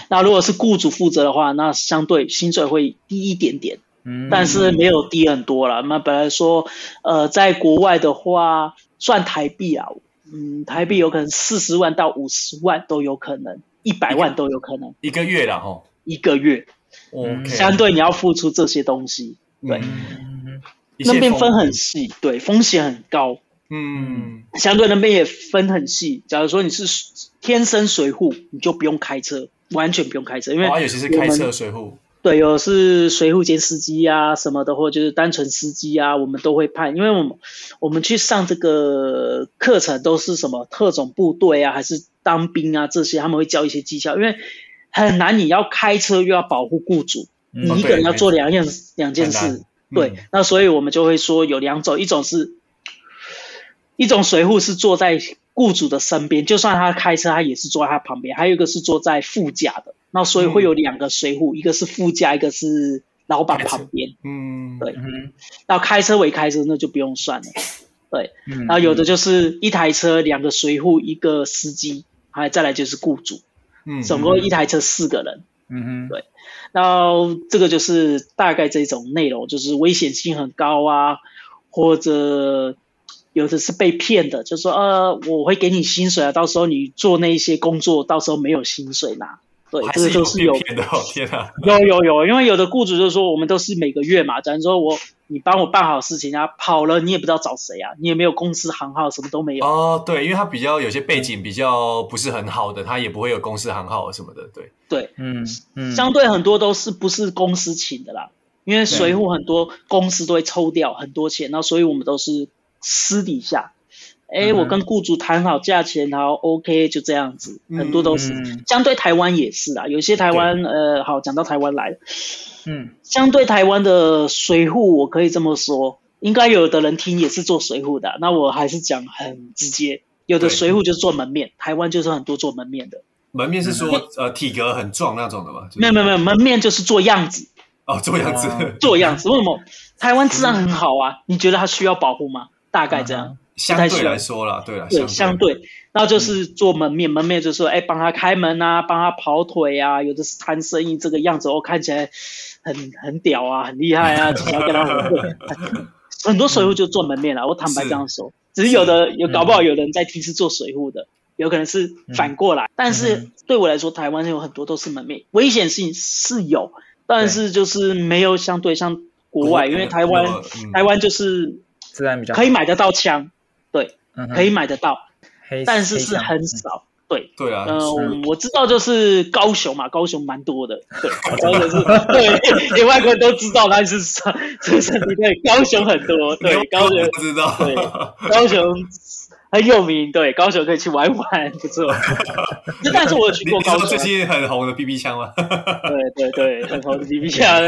Speaker 2: 那如果是雇主负责的话，那相对薪水会低一点点，
Speaker 4: 嗯
Speaker 2: 但是没有低很多了。那本来说，呃，在国外的话，算台币啊，嗯，台币有可能四十万到五十万都有可能，一百万都有可能
Speaker 5: 一个月了吼。
Speaker 2: 一个月。
Speaker 5: OK，
Speaker 2: 相对你要付出这些东西，对
Speaker 5: 嗯一切
Speaker 2: 那边分
Speaker 5: 风
Speaker 2: 很细，对，风险很高。
Speaker 5: 嗯
Speaker 2: 相对那边也分很细。假如说你是天生水户，你就不用开车，完全不用开车，因为
Speaker 5: 哇，哦尤其是开
Speaker 2: 我
Speaker 5: 车
Speaker 2: 们
Speaker 5: 水户，
Speaker 2: 对有是水户兼司机啊什么的，或者就是单纯司机啊，我们都会派，因为我们我们去上这个课程都是什么特种部队啊，还是当兵啊这些，他们会教一些技巧，因为很难你要开车又要保护雇主，
Speaker 5: 哦
Speaker 4: 嗯
Speaker 2: 你一个人要做两件两件
Speaker 5: 很
Speaker 2: 事
Speaker 5: 难，
Speaker 2: 对，那所以我们就会说有两种，一种是，一种随护是坐在雇主的身边，就算他开车，他也是坐在他旁边；还有一个是坐在副驾的，那所以会有两个随护，一个是副驾，一个是老板旁边。
Speaker 5: 嗯，
Speaker 2: 对
Speaker 4: 嗯
Speaker 2: 那开车为开车，那就不用 算了。
Speaker 4: 嗯
Speaker 2: 然后有的就是一台车两个随护，一个司机，还再来就是雇主，
Speaker 5: 嗯，
Speaker 2: 总共一台车四个人。
Speaker 4: 嗯哼
Speaker 2: 然后这个就是大概这种内容，就是危险性很高啊，或者有的是被骗的，就说呃我会给你薪水啊，到时候你做那一些工作，到时候没有薪水拿。对，
Speaker 5: 还
Speaker 2: 这个
Speaker 5: 是
Speaker 2: 都
Speaker 5: 有
Speaker 2: 是有
Speaker 5: 被骗的哦， 天啊，
Speaker 2: 有有有，因为有的雇主就说我们都是每个月嘛，假如说我你帮我办好事情啊，跑了你也不知道找谁啊，你也没有公司行号，什么都没有。
Speaker 5: 哦，对，因为他比较有些背景比较不是很好的，他也不会有公司行号什么的，对，
Speaker 2: 对，
Speaker 4: 嗯嗯，
Speaker 2: 相对很多都是不是公司请的啦，因为水户很多公司都会抽掉很多钱，那所以我们都是私底下，哎，
Speaker 4: 嗯哼
Speaker 2: 我跟雇主谈好价钱，然后 OK 就这样子，
Speaker 5: 嗯
Speaker 2: 很多都是。
Speaker 4: 嗯
Speaker 2: 相对台湾也是啦，有些台湾呃，好讲到台湾来了，
Speaker 4: 嗯
Speaker 2: 相对台湾的水户，我可以这么说，应该有的人听也是做水户的啊，那我还是讲很直接，有的
Speaker 5: 对
Speaker 2: 水户就是做门面，台湾就是很多做门面
Speaker 4: 嗯
Speaker 2: 的，
Speaker 5: 门面是
Speaker 2: 嗯
Speaker 5: 说呃体格很壮那种的嘛，就是
Speaker 2: 没有没有没有，门面就是做样子。
Speaker 5: 哦，这样子，
Speaker 2: 做样子。为什么台湾治安很好啊？你觉得它需要保护吗？大概这样，
Speaker 5: 相
Speaker 2: 太
Speaker 5: 对
Speaker 2: 喜欢
Speaker 5: 来说啦，对啦，
Speaker 2: 对，嗯相对，那就是做门面，门面就是说，哎，帮他开门啊，帮他跑腿啊，有的是谈生意，这个样子哦，看起来很很屌啊，很厉害 啊，就是要跟他合作。很多水户就做门面啊了，我坦白这样说，只是有的有搞不好有人在听是做水户的，有可能是反过来，但是对我来说，台湾有很多都是门面，危险性是有，但是就是没有相对像国外，因嗯为台湾
Speaker 5: 嗯
Speaker 2: 台湾就是
Speaker 4: 自然比较
Speaker 2: 可以买得到枪，可以
Speaker 4: 买，
Speaker 2: 买得到，
Speaker 4: 黑
Speaker 2: 但是是
Speaker 4: 黑箱
Speaker 2: 很少。对，
Speaker 5: 对啊，
Speaker 2: 嗯、
Speaker 4: 是
Speaker 2: 我知道就是高雄嘛，高雄蛮多的，对，
Speaker 5: 啊
Speaker 2: 我知道就是 对，连外国人都知道，但是是是是对，高雄很多，对，高雄
Speaker 5: 不知道，
Speaker 2: 对高雄很有名，对，高雄可以去玩玩，不 错。但是我有去
Speaker 5: 你
Speaker 2: 过
Speaker 5: 你
Speaker 2: 高
Speaker 5: 说
Speaker 2: 雄啊
Speaker 5: 最，近很红的 BB 枪吗？啊
Speaker 2: 对对对， 很红的 B B 枪，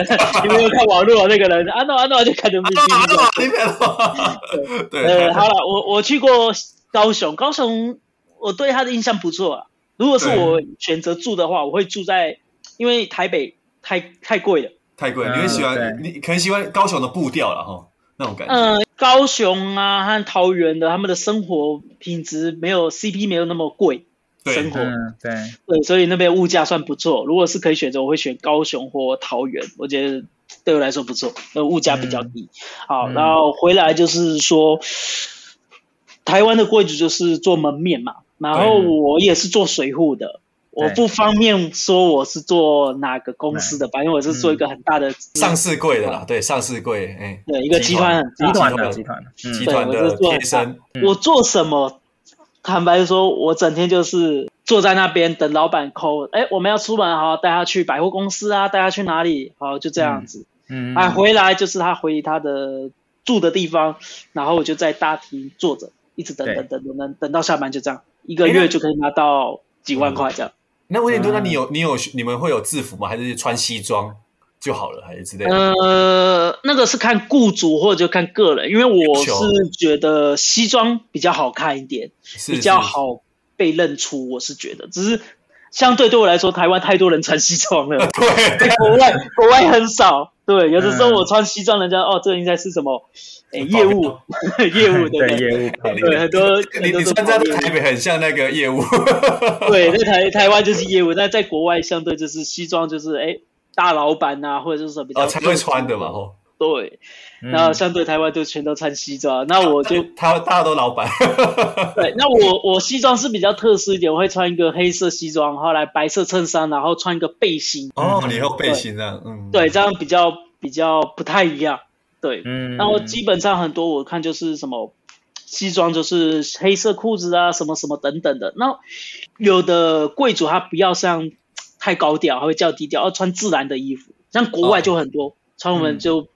Speaker 2: 你没有看网络那个人，安诺安诺就看着 B B
Speaker 5: 啊，
Speaker 2: 枪。
Speaker 5: 你别了， 对
Speaker 2: 呃，，好了，我我去过高雄，高雄我对他的印象不错啊。如果是
Speaker 5: 对
Speaker 2: 我选择住的话，我会住在，因为台北太太贵了。
Speaker 5: 太贵，
Speaker 4: 嗯
Speaker 5: 你会喜欢，
Speaker 4: 对
Speaker 5: 你可能喜欢高雄的步调了哈，那种感觉，
Speaker 2: 嗯、高雄啊和桃园的他们的生活品质没有 CP 没有那么贵，
Speaker 5: 对
Speaker 2: 生活
Speaker 4: 嗯对，
Speaker 2: 对，所以那边物价算不错。如果是可以选择，我会选高雄或桃园，我觉得对我来说不错，那物价比较低。好，
Speaker 4: 嗯
Speaker 2: 然后回来就是说，台湾的规矩就是做门面嘛，然后
Speaker 4: 对
Speaker 2: 我也是做水户的。我不方便说我是做哪个公司的吧，反正我是做一
Speaker 4: 嗯
Speaker 2: 个很大的、
Speaker 5: 上市贵的啦，对，上市贵，哎，
Speaker 2: 对一个集团很大
Speaker 4: 集团的
Speaker 5: 团
Speaker 4: 集团的，嗯
Speaker 5: 集团的贴身，
Speaker 4: 嗯
Speaker 2: 我做什么？坦白说，我整天就是坐在那边等老板扣。哎，我们要出门，好，带他去百货公司啊，带他去哪里？好，就这样子。
Speaker 4: 嗯，
Speaker 2: 哎，回来就是他回他的住的地方，然后我就在大厅坐着，一直等
Speaker 4: 对
Speaker 2: 等等等等，等到下班就这样，一个月就可以拿到几
Speaker 4: 嗯
Speaker 2: 万块这样。
Speaker 5: 那威廉多，那你有你有你们会有制服吗？还是穿西装就好了，还是之类的？
Speaker 2: 呃，那个是看雇主或者就看个人，因为我是觉得西装比较好看一点，
Speaker 5: 是
Speaker 2: 比较。
Speaker 5: 是
Speaker 2: 好被认出，我是觉得，只是相对对我来说，台湾太多人穿西装了，
Speaker 5: 对，
Speaker 2: 国外国外很少。对，有的时候
Speaker 4: 嗯
Speaker 2: 我穿西装，人家哦，这应该是什么？哎，
Speaker 5: 保镖
Speaker 2: 业务， 业务对不
Speaker 4: 对
Speaker 2: 对？
Speaker 4: 业务跑
Speaker 2: 对，很多很
Speaker 5: 你
Speaker 2: 多
Speaker 5: 你
Speaker 2: 都
Speaker 5: 穿在
Speaker 2: 跑业务
Speaker 5: 台北很像那个业务，
Speaker 2: 对，在台台湾就是业务，但在国外相对就是西装，就是哎大老板呐、或者是什么比较
Speaker 5: 哦，才会穿的嘛，吼。
Speaker 2: 对，
Speaker 4: 嗯
Speaker 2: 那相对台湾就全都穿西装，那我 就
Speaker 5: 他大家都老板，
Speaker 2: 对，那我我西装是比较特殊一点，我会穿一个黑色西装，后来白色衬衫，然后穿一个背心，
Speaker 5: 哦，你有背心这样，嗯，
Speaker 2: 嗯对，这样比较比较不太一样，对，
Speaker 4: 嗯，
Speaker 2: 然后基本上很多我看就是什么西装就是黑色裤子啊，什么什么等等的。那有的贵族他不要像太高调，他会较低调，要穿自然的衣服。像国外就很多、穿我们就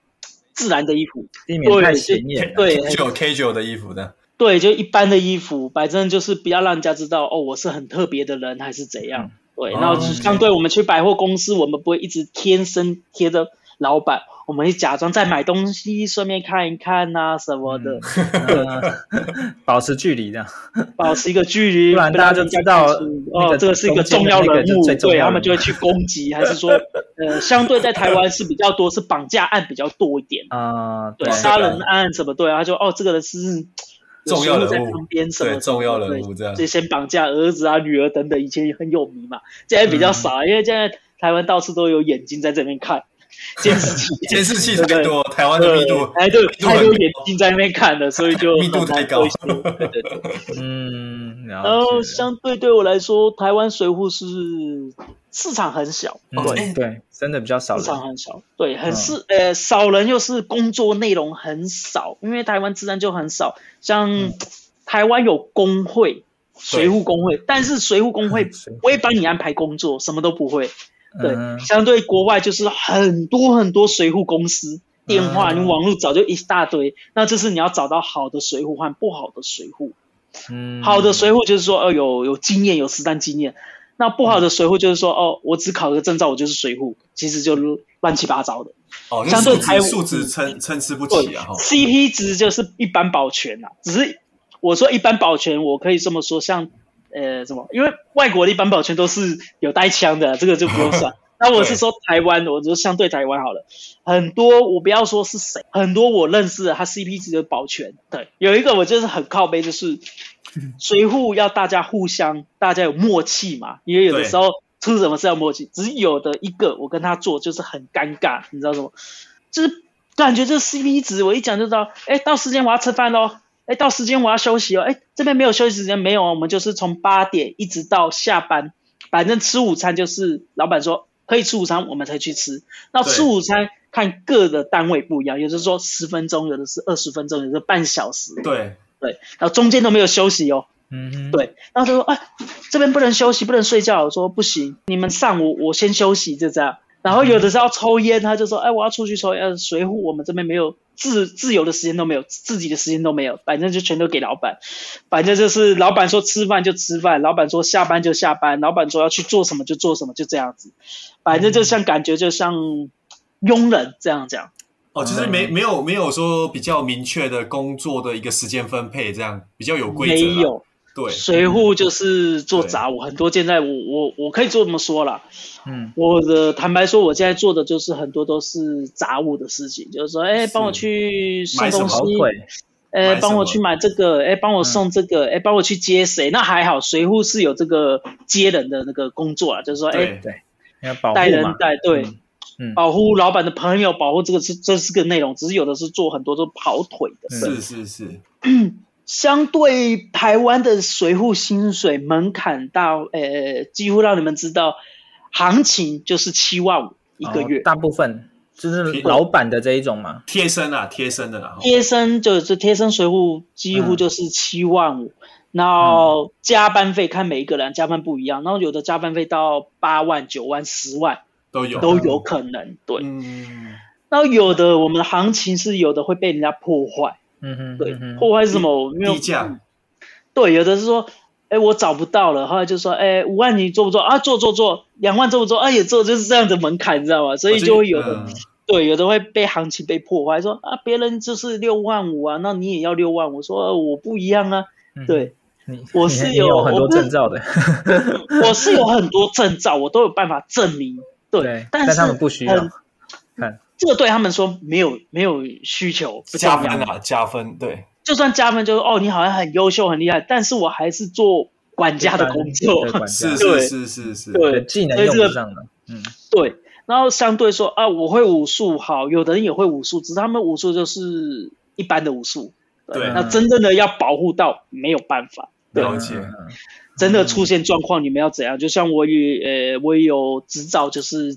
Speaker 2: 自然的衣服，
Speaker 4: 避免太显眼了，
Speaker 2: 对哎
Speaker 5: 九 K 九的衣服的，
Speaker 2: 对，就一般的衣服，反正就是不要让人家知道哦，我是很特别的人还是怎
Speaker 4: 嗯
Speaker 2: 样。对，
Speaker 5: 哦
Speaker 2: 然后相对我们去百货公司，我们不会一直贴身贴着老板，我们会假装在买东西，顺便看一看呐、什么的。
Speaker 4: 嗯 保持距离这样。
Speaker 2: 保持一个距离，
Speaker 4: 不然大家就知道
Speaker 2: 不
Speaker 4: 那
Speaker 2: 让
Speaker 4: 个
Speaker 2: 人家看出哦，这个是一个重要
Speaker 4: 中间的那个
Speaker 2: 人
Speaker 4: 就是
Speaker 2: 物，
Speaker 4: 最重要
Speaker 2: 对
Speaker 4: 人物
Speaker 2: 他们就会去攻击，还是说，呃，相对在台湾是比较多，是绑架案比较多一点，
Speaker 4: 啊，
Speaker 2: 对，杀人案什么，对，他就哦，这个人是
Speaker 5: 重要人物
Speaker 2: 有时候在旁边什么
Speaker 5: 对，
Speaker 2: 的
Speaker 5: 重要人物这样
Speaker 2: 对，，先绑架儿子啊、女儿等等，以前也很有名嘛，现在比较少，因为现在台湾到处都有眼睛在这边
Speaker 5: ，
Speaker 2: 看监视器
Speaker 5: 监视器太多，台湾的密
Speaker 2: 对
Speaker 5: 度，
Speaker 2: 哎，对，
Speaker 5: 度很
Speaker 2: 太多
Speaker 5: 高
Speaker 2: 眼睛在那边看了，所以就
Speaker 5: 密度
Speaker 2: 很难
Speaker 5: 太高
Speaker 2: 做一些对对对。
Speaker 4: 嗯，然
Speaker 2: 然后
Speaker 4: 后
Speaker 2: 相对对我来说，台湾水户是市场很小，
Speaker 5: 哦
Speaker 4: 对
Speaker 5: 哎
Speaker 4: 嗯对，真的比较少
Speaker 2: 市场
Speaker 4: 人，嗯
Speaker 2: 很小，对，很是、呃少人，又是工作内容很少，因为台湾自然就很少。像、
Speaker 4: 嗯
Speaker 2: 台湾有工会，水户工会，但是水户工 会不会帮你安排工作，什么都不会。对，
Speaker 4: 嗯
Speaker 2: 相对国外就是很多很多水户公司。电话，
Speaker 4: 嗯
Speaker 2: 你网络早就一大堆，那就是你要找到好的水户和不好的水户。
Speaker 4: 嗯，
Speaker 2: 好的水户就是说，呃，有有经验，有实战经验。那不好的水户就是说，哦，我只考个证照，我就是水户，其实就乱七八糟的。
Speaker 5: 哦，
Speaker 2: 相对台
Speaker 5: 台
Speaker 2: 湾
Speaker 5: 数值参参差不
Speaker 2: 对
Speaker 5: 齐啊，吼，
Speaker 2: ，CP 值就是一般保全呐、只是我说一般保全，我可以这么说，像呃什么，因为外国的一般保全都是有带枪的，这个就不用算。那我是说台湾，我就相对台湾好了，很多我不要说是谁，很多我认识的，他 CP 值的保全，对，有一个我就是很靠背，就是随户要大家互相，大家有默契嘛，因为有的
Speaker 5: 对
Speaker 2: 时候出什么事要默契，只是有的一个我跟他做就是很尴尬，你知道什么？就是感觉这 CP 值，我一讲就知道，哎，到时间我要吃饭喽，哎，到时间我要休息哦，哎，这边没有休息时间，没有哦，我们就是从八点一直到下班，反正吃午餐就是老板说可以吃午餐，我们才去吃。那
Speaker 5: 对
Speaker 2: 吃午餐看各的单位不一样，有的说十分钟，有的是二十分钟，有的是半小时，
Speaker 5: 对，
Speaker 2: 对，然后中间都没有休息哦。
Speaker 4: 嗯哼，
Speaker 2: 对，然后他说：“哎，这边不能休息，不能睡觉。”我说：“不行，你们上午我先休息，就这样。”然后有的是要抽烟，他就说：“哎，我要出去抽烟。”随户我们这边没有自自由的时间都没有，自己的时间都没有，反正就全都给老板。反正就是老板说吃饭就吃饭，老板说下班就下班，老板说要去做什么就做什么，就这样子。反正就像感觉就像佣人这样讲。
Speaker 5: 哦，就是
Speaker 2: 嗯
Speaker 5: 没没有没有说比较明确的工作的一个时间分配，这样比较有规则，啊
Speaker 2: 没有，，
Speaker 5: 对，
Speaker 2: 随户就是做杂务，很多现在我我我可以这么说啦，
Speaker 4: 嗯，
Speaker 2: 我的坦白说，我现在做的就是很多都是杂物的事情，就是说，哎，
Speaker 5: 是
Speaker 2: 帮我去送
Speaker 5: 买什么
Speaker 2: 东
Speaker 4: 好
Speaker 2: 西，
Speaker 4: 鬼，
Speaker 2: 哎，
Speaker 5: 买
Speaker 2: 帮我
Speaker 5: 什么嗯
Speaker 2: 去买这个，哎，帮我送这个，哎，帮我去接谁？那还好，随护是有这个接人的那个工作啊，就是说，哎，
Speaker 5: 对，
Speaker 4: 要保护
Speaker 2: 带人
Speaker 4: 嘛，
Speaker 2: 带对
Speaker 4: 嗯嗯，
Speaker 2: 保护老板的朋友，保护这个是这是个内容，只是有的是做很多都跑腿的，
Speaker 5: 是是是，
Speaker 2: 相对台湾的随户薪水门槛到，呃，几乎让你们知道，行情就是七万五一个
Speaker 4: 哦
Speaker 2: 月。
Speaker 4: 大部分就是老板的这一种嘛，
Speaker 5: 贴身啊，贴身的啦，吼
Speaker 2: 贴身就是贴身随护，几乎就是七万五、
Speaker 4: 嗯
Speaker 2: 然后加班费看每一个人加班不一样，然后有的加班费到八万、九万、十万
Speaker 4: 嗯
Speaker 5: 都有
Speaker 2: 都有可能。对，
Speaker 5: 嗯，
Speaker 2: 然后有的我们的行情是有的会被人家破坏，
Speaker 4: 嗯哼，
Speaker 2: 对，
Speaker 4: 嗯哼
Speaker 2: 破坏是什么？我没有
Speaker 5: 低价，
Speaker 2: 对，有的是说，哎，我找不到了，后来就说，哎，五万你做不做啊？做做做，两万做不做啊？也做，就是这样的门槛，你知道吗？所以就会有的、
Speaker 5: 嗯
Speaker 2: 对，有的会被行情被破坏，说啊，别人就是六万五啊，那你也要六万五，我说、呃我不一样啊，
Speaker 4: 嗯
Speaker 2: 对。
Speaker 4: 你
Speaker 2: 我
Speaker 4: 你
Speaker 2: 是
Speaker 4: 你
Speaker 2: 有
Speaker 4: 有很
Speaker 2: 我
Speaker 4: 多
Speaker 2: 不是
Speaker 4: 证照的，
Speaker 2: 我是有很多证照，我都有办法证 明。对，
Speaker 4: 对，
Speaker 2: 但
Speaker 4: 但
Speaker 2: 是
Speaker 4: 他们不需要
Speaker 2: 很。这个对他们说没有没有需求，不
Speaker 5: 加
Speaker 2: 重
Speaker 5: 分
Speaker 2: 要。
Speaker 5: 啊，加分，对，
Speaker 2: 就算加分，就是哦，你好像很优秀、很厉害，但是我还是做管家的工作
Speaker 4: 对。管家
Speaker 5: 是
Speaker 2: 对
Speaker 5: 是是是是，
Speaker 2: 对
Speaker 4: 对技能
Speaker 2: 所以
Speaker 4: 用
Speaker 2: 这个
Speaker 4: 不上的，嗯，
Speaker 2: 对，然后相对说啊，我会武术好，有的人也会武术，只是他们武术就是一般的武术。
Speaker 5: 对
Speaker 2: 那真正的要保护到没有办法，对嗯
Speaker 5: 了解，
Speaker 2: 真的出现状况，你们要怎样？就像我也呃，我也有执照，就是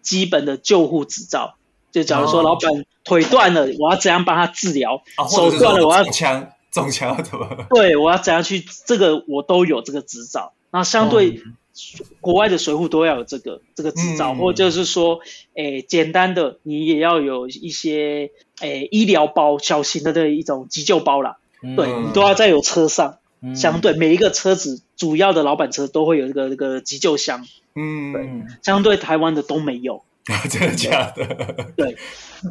Speaker 2: 基本的救护执照。就假如说
Speaker 5: 哦
Speaker 2: 老板腿断了，我要怎样帮他治疗？
Speaker 5: 啊，或
Speaker 2: 手
Speaker 5: 者是
Speaker 2: 断了，我
Speaker 5: 说
Speaker 2: 要
Speaker 5: 中枪，中枪要怎么？
Speaker 2: 对我要怎样去？这个我都有这个执照。那相对国外的水户都要有这个这个执照，
Speaker 5: 嗯
Speaker 2: 或者就是说，诶、简单的你也要有一些诶、医疗包、小型的的一种急救包啦。
Speaker 4: 嗯
Speaker 2: 对你都要在有车上，相对每一个车子主要的老板车都会有这个这个急救箱，
Speaker 5: 嗯，
Speaker 2: 相对台湾的都没有。
Speaker 5: 真的假的？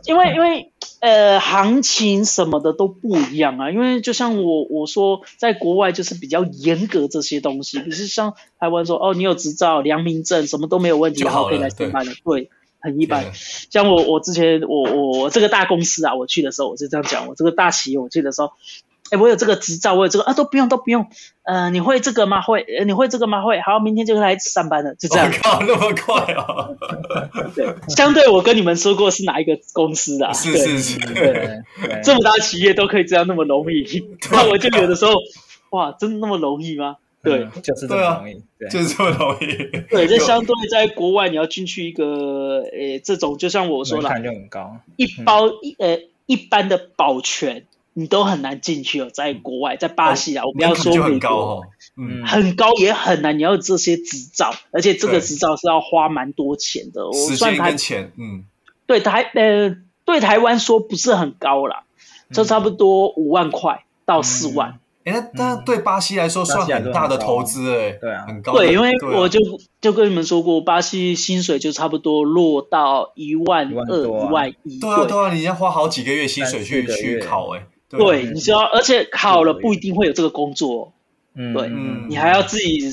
Speaker 2: 因
Speaker 5: 嗯
Speaker 2: 为因为呃，行情什么的都不一样啊。因为就像我我说，在国外就是比较严格这些东西，不是像台湾说哦，你有执照、良民证，什么都没有问题，
Speaker 5: 就
Speaker 2: 然
Speaker 5: 好
Speaker 2: 后
Speaker 5: 了
Speaker 2: 可以来上班了。对，很一般
Speaker 5: 天啊。
Speaker 2: 像我我之前我我我这个大公司啊，我去的时候我是这样讲，我这个大企业我去的时候。哎，我有这个执照，我有这个啊，都不用，都不用。呃，你会这个吗？会。呃你会这个吗？会。好，明天就来上班了，就这
Speaker 5: 我
Speaker 2: 样。
Speaker 5: 靠，那么快哦！
Speaker 2: 对，相对我跟你们说过是哪一个公司的、啊，
Speaker 5: 是
Speaker 2: 对
Speaker 5: 是是，
Speaker 4: 对对，
Speaker 2: 这么大企业都可以这样那么容易，
Speaker 5: 啊
Speaker 2: 那我就有的时候，哇，真的那么容易吗？对
Speaker 4: 嗯就是这
Speaker 5: 对啊
Speaker 4: 么容易，对，
Speaker 5: 就是这么容易。
Speaker 2: 对，这相对在国外，你要进去一个呃这种，就像我说
Speaker 4: 门
Speaker 2: 了，
Speaker 4: 槛就很高，
Speaker 2: 一
Speaker 5: 嗯
Speaker 2: 包一呃一般的保全，你都很难进去哦，在国外，在巴西啊，我们
Speaker 5: 门
Speaker 2: 要
Speaker 5: 槛
Speaker 2: 说
Speaker 5: 就
Speaker 2: 美
Speaker 5: 很高
Speaker 2: 国，
Speaker 5: 哦，嗯，
Speaker 2: 很高也很难，你要有这些执照，而且这个
Speaker 5: 对
Speaker 2: 执照是要花蛮多钱的，我哦
Speaker 5: 时
Speaker 2: 嗯算
Speaker 5: 间
Speaker 2: 台
Speaker 5: 跟钱，嗯，
Speaker 2: 对台呃对台湾说不是很高啦，
Speaker 5: 嗯
Speaker 2: 就差不多五万块到四万。
Speaker 5: 哎，那那对巴西来说算很大的投资哎，
Speaker 4: 对啊
Speaker 5: 很高的。
Speaker 2: 对，因为我
Speaker 5: 就
Speaker 2: 就就跟你们说过，巴西薪水就差不多落到一万
Speaker 4: 一万
Speaker 2: 二、
Speaker 4: 多啊
Speaker 2: 一万一。
Speaker 5: 对啊对啊，你要花好几个月薪水去
Speaker 4: 三四个
Speaker 5: 去
Speaker 4: 月
Speaker 5: 考哎，
Speaker 2: 对，
Speaker 4: 嗯
Speaker 2: 你知道，而且考了不一定会有这个工作，
Speaker 4: 嗯
Speaker 2: 对
Speaker 4: 嗯
Speaker 2: 你还要自己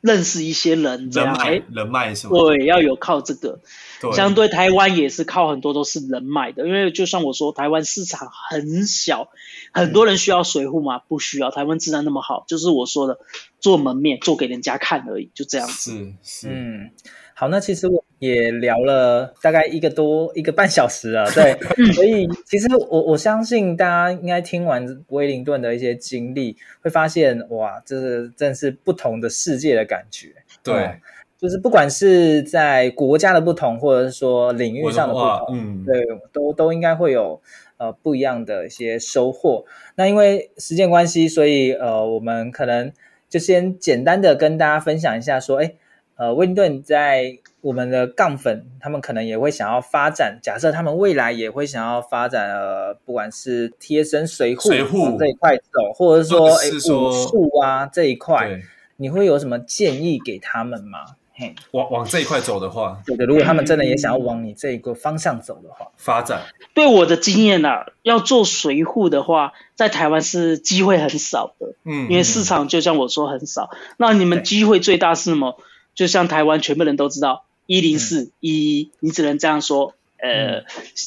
Speaker 2: 认识一些人，这
Speaker 5: 人
Speaker 2: 样
Speaker 5: 脉
Speaker 2: 哎，
Speaker 5: 人脉什么？
Speaker 2: 对，要有靠这个。
Speaker 5: 对，
Speaker 2: 相对台湾也是靠很多都是人脉的，因为就像我说，台湾市场很小，很多人需要水户嘛，不需要。台湾治安那么好，就是我说的做门面，做给人家看而已，就这样子。
Speaker 5: 是是，
Speaker 4: 嗯，好，那其实我也聊了大概一个多一个半小时了，对，所以其实我我相信大家应该听完威灵顿的一些经历，会发现哇，这是真是不同的世界的感觉，
Speaker 5: 对，
Speaker 4: 就是不管是在国家的不同，或者是说领域
Speaker 5: 我
Speaker 4: 上的
Speaker 5: 说
Speaker 4: 不
Speaker 5: 哇，
Speaker 4: 同，
Speaker 5: 嗯，
Speaker 4: 对，都都应该会有呃不一样的一些收获。那因为时间关系，所以呃，我们可能就先简单的跟大家分享一下，说，哎，呃，温顿在我们的杠粉，他们可能也会想要发展，假设他们未来也会想要发展，呃，不管是贴身随护
Speaker 5: 随护
Speaker 4: 往这一块走，或者是说，
Speaker 5: 或者
Speaker 4: 哎，
Speaker 5: 是说
Speaker 4: 武术啊这一块，
Speaker 5: 对，
Speaker 4: 你会有什么建议给他们吗？嘿，
Speaker 5: 往往这一块走的话，
Speaker 4: 对的，如果他们真的也想要往你这一个方向走的 话，
Speaker 5: 发展
Speaker 2: 对我的经验啊，要做随护的话，在台湾是机会很少的，
Speaker 5: 嗯，
Speaker 2: 因为市场就像我说很少。那你们机会最大是什么？就像台湾全部人都知道一零四一一，你只能这样说。呃，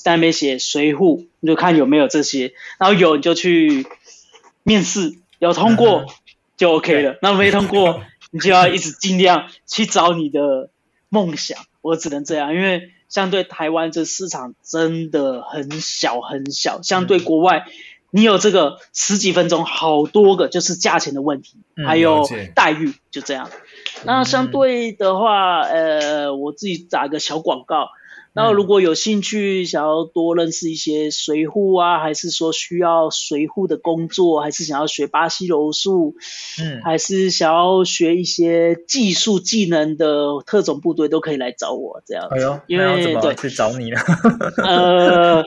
Speaker 2: 在那边写随护，你就看有没有这些，然后有你就去面试，有通
Speaker 5: 嗯
Speaker 2: 过就 OK 了，那没通过你就要一直尽量去找你的梦想。我只能这样，因为相对台湾这市场真的很小很小，相
Speaker 5: 嗯
Speaker 2: 对国外，你有这个十几分钟，好多个就是价钱的问题，
Speaker 4: 嗯
Speaker 2: 还
Speaker 5: 了
Speaker 2: 有
Speaker 5: 解嗯
Speaker 2: 待遇，就这样。那相对的话，呃，我自己打个小广告，然后如果有兴趣想要多认识一些随护啊，还是说需要随护的工作，还是想要学巴西柔术，
Speaker 4: 嗯
Speaker 2: 还是想要学一些技术技能的特种部队，都可以来找我这样。
Speaker 4: 哎呦，
Speaker 2: 因
Speaker 4: 那要怎
Speaker 2: 为
Speaker 4: 么
Speaker 2: 对
Speaker 4: 去找你呢？
Speaker 2: 呃，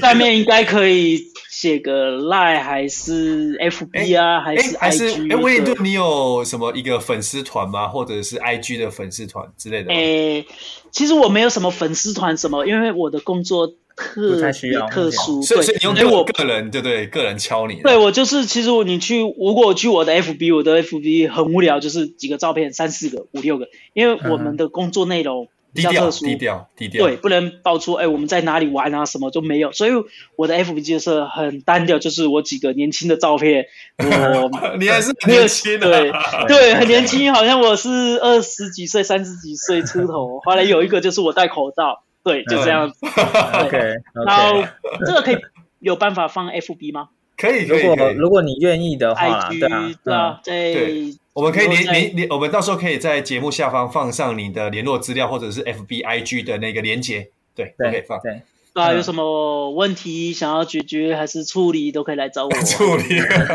Speaker 2: 下面应该可以写个 Line 还是 FB 啊，还
Speaker 5: 哎
Speaker 2: 是，
Speaker 5: 还是
Speaker 2: IG？
Speaker 5: 哎，威灵
Speaker 2: 对
Speaker 5: 顿，你有什么一个粉丝团吗？或者是 IG 的粉丝团之类的吗？
Speaker 2: 诶、哎其实我没有什么粉丝团什么，因为我的工作特
Speaker 4: 不太需
Speaker 2: 别
Speaker 4: 要
Speaker 2: 特殊，
Speaker 5: 所以，
Speaker 2: 对，
Speaker 5: 所以你用
Speaker 2: 所以
Speaker 5: 个
Speaker 2: 我
Speaker 5: 个人，对不对？个人敲你，
Speaker 2: 对我就是，其实我你去，如果我去我的 FB，我的 FB 很无聊，就是几个照片，三四个、五六个，因为我们的工作内容比
Speaker 5: 嗯低
Speaker 2: 较
Speaker 5: 调，
Speaker 2: 特殊，
Speaker 5: 低调，低调。
Speaker 2: 对，不能爆出哎、我们在哪里玩啊什么都没有，所以我的 FB 就是很单调，就是我几个年轻的照片，我
Speaker 5: 你还是很 年轻啊的、
Speaker 2: 对对，很年轻，好像我是二十几岁、三十几岁出头。后来有一个就是我戴口罩，对，就这样 子。
Speaker 4: OK
Speaker 2: 对，然后
Speaker 4: OK，
Speaker 2: 这个可以有办法放 FB 吗
Speaker 5: 可以，可
Speaker 4: 如
Speaker 5: 以，可
Speaker 4: 果
Speaker 5: 以。
Speaker 4: 如果你愿意的话啦，对啊
Speaker 2: ？IG
Speaker 4: 嗯
Speaker 2: 对啊，在
Speaker 5: 对我们可以
Speaker 2: 如果
Speaker 5: 连
Speaker 2: 在
Speaker 5: 连连，我们到时候可以在节目下方放上你的联络资料，或者是 FB、IG 的那个连接，对，都可以
Speaker 4: 对
Speaker 5: 放。
Speaker 4: 对，
Speaker 2: 对啊，
Speaker 4: 嗯
Speaker 2: 有什么问题想要解决还是处理都可以来 找我。
Speaker 5: 助理，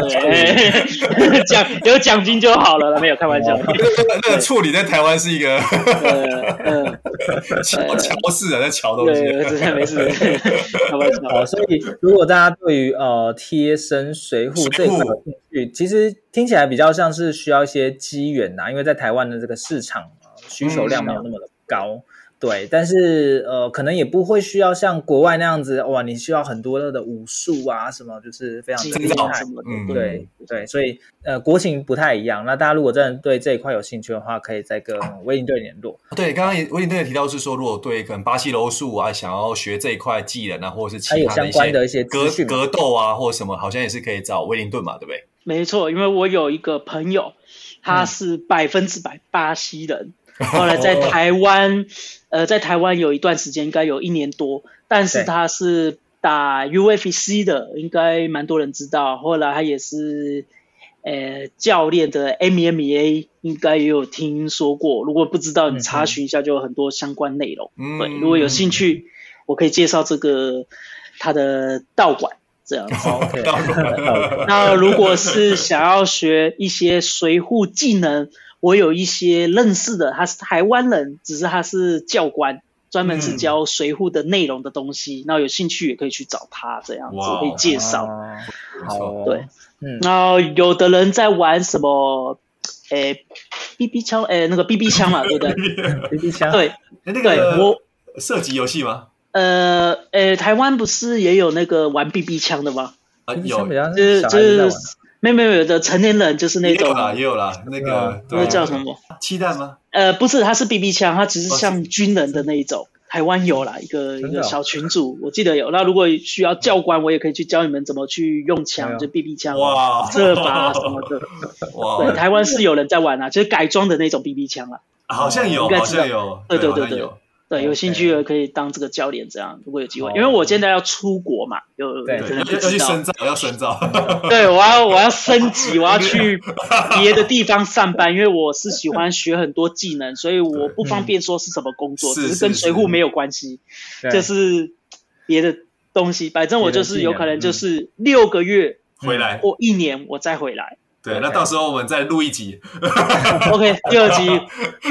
Speaker 2: 对， 奖有奖金就好了啦，没有开玩 笑。
Speaker 5: 那个处理在台湾是一个
Speaker 2: 呃 嗯，
Speaker 5: 乔乔氏啊，在乔东西。
Speaker 2: 对， 真的没事，开玩笑。
Speaker 4: 好，呃所以如果大家对于呃贴身随护这一块有兴趣，其实听起来比较像是需要一些机缘呐，因为在台湾的这个市场、呃、需求量没
Speaker 2: 嗯
Speaker 4: 有那么的高。对，但是呃，可能也不会需要像国外那样子，哇，你需要很多的武术啊，什么就是非常
Speaker 2: 技
Speaker 4: 的厉
Speaker 2: 能
Speaker 4: 害
Speaker 2: 什。么的，
Speaker 5: 嗯
Speaker 4: 对对，所以呃，国情不太一样。那大家如果真的对这一块有兴趣的话，可以再跟威灵队联络。
Speaker 5: 对，刚刚也威廉也提到是说，如果对可能巴西柔术啊，想要学这一块技能啊，或者是其他
Speaker 4: 还有相关的一些
Speaker 5: 格
Speaker 4: 资讯嘛
Speaker 5: 格斗啊，或什么，好像也是可以找威灵顿嘛，对不对？
Speaker 2: 没错，因为我有一个朋友，他是百分之百巴西人，后来在台湾，呃，在台湾有一段时间，应该有一年多，但是
Speaker 4: 对
Speaker 2: 他是打 UFC 的，应该蛮多人知道。后来他也是，呃，教练的 MMA，应该也有听说过。如果不知道，你查询一下，就有很多相关内容。
Speaker 5: 嗯
Speaker 2: 对，如果有兴趣，我可以介绍这个他的道馆这样子。
Speaker 4: OK，
Speaker 2: 那如果是想要学一些随护技能，我有一些认识的，他是台湾人，只是他是教官，专门是教随护的内容的东西。那有兴趣也可以去找他，这样子
Speaker 5: 哇
Speaker 2: 可以介绍。
Speaker 4: 哦
Speaker 5: 没
Speaker 4: 好
Speaker 5: 错
Speaker 4: 哦，
Speaker 2: 对，
Speaker 4: 嗯，
Speaker 2: 那有的人在玩什么，诶，BB 枪，呃诶，那个 BB 枪嘛，对不对？
Speaker 4: B B 枪，
Speaker 2: 对
Speaker 5: 哎那
Speaker 2: 对，
Speaker 5: 个
Speaker 2: 我
Speaker 5: 射击游戏吗？
Speaker 2: 呃，诶，台湾不是也有那个玩 BB 枪的吗？
Speaker 5: 啊，
Speaker 4: B B
Speaker 5: 有
Speaker 4: 枪比较
Speaker 2: 就是是
Speaker 4: 嗯小孩
Speaker 2: 就
Speaker 4: 子在
Speaker 2: 是
Speaker 4: 玩。，
Speaker 2: 没有没有没有的成年人就是那
Speaker 5: 也有
Speaker 2: 种，
Speaker 5: 啦，也有啦，那个
Speaker 2: 嗯那个叫什？
Speaker 5: 对
Speaker 2: 么？
Speaker 5: 啊鸡蛋吗？
Speaker 2: 呃，不是，它是 BB 枪，它只是
Speaker 5: 哦是
Speaker 2: 像军人的那一种。台湾有啦，一个一
Speaker 4: 真的哦
Speaker 2: 个小群组，我记得有。那如果需要教官，我也可以去教你们怎么去用
Speaker 4: 哎呦
Speaker 2: 枪，就 BB 枪、啊
Speaker 5: 哇
Speaker 2: 射法啊什么 的。对，
Speaker 5: 哇，
Speaker 2: 台湾是有人在玩啊，就是改装的那种 BB 枪啊。
Speaker 5: 好像有，
Speaker 2: 应该
Speaker 5: 好
Speaker 2: 知道
Speaker 5: 像有，
Speaker 2: 对对
Speaker 5: 好像
Speaker 2: 对对
Speaker 5: 有
Speaker 2: 对，
Speaker 4: OK
Speaker 2: 有兴趣的可以当这个教练，这样如果有机会
Speaker 4: 哦，
Speaker 2: 因为我现在要出国嘛，有
Speaker 4: 对
Speaker 2: 可能
Speaker 5: 要
Speaker 2: 不
Speaker 5: 要要去
Speaker 2: 知道嗯
Speaker 5: 深。造，要深造。
Speaker 2: 对，我要我要升级，我要去别的地方上班，因为我是喜欢学很多技能，所以我不方便说是什么工作，
Speaker 5: 是
Speaker 2: 只是跟
Speaker 5: 是
Speaker 2: 水
Speaker 5: 是
Speaker 2: 户没有关系。
Speaker 4: 对
Speaker 2: 就是别的东西。反正我就是有可能就是六个月
Speaker 5: 回来，
Speaker 2: 或一年我再回来。
Speaker 5: 对，那到时候我们再录 一集，
Speaker 2: OK，第二集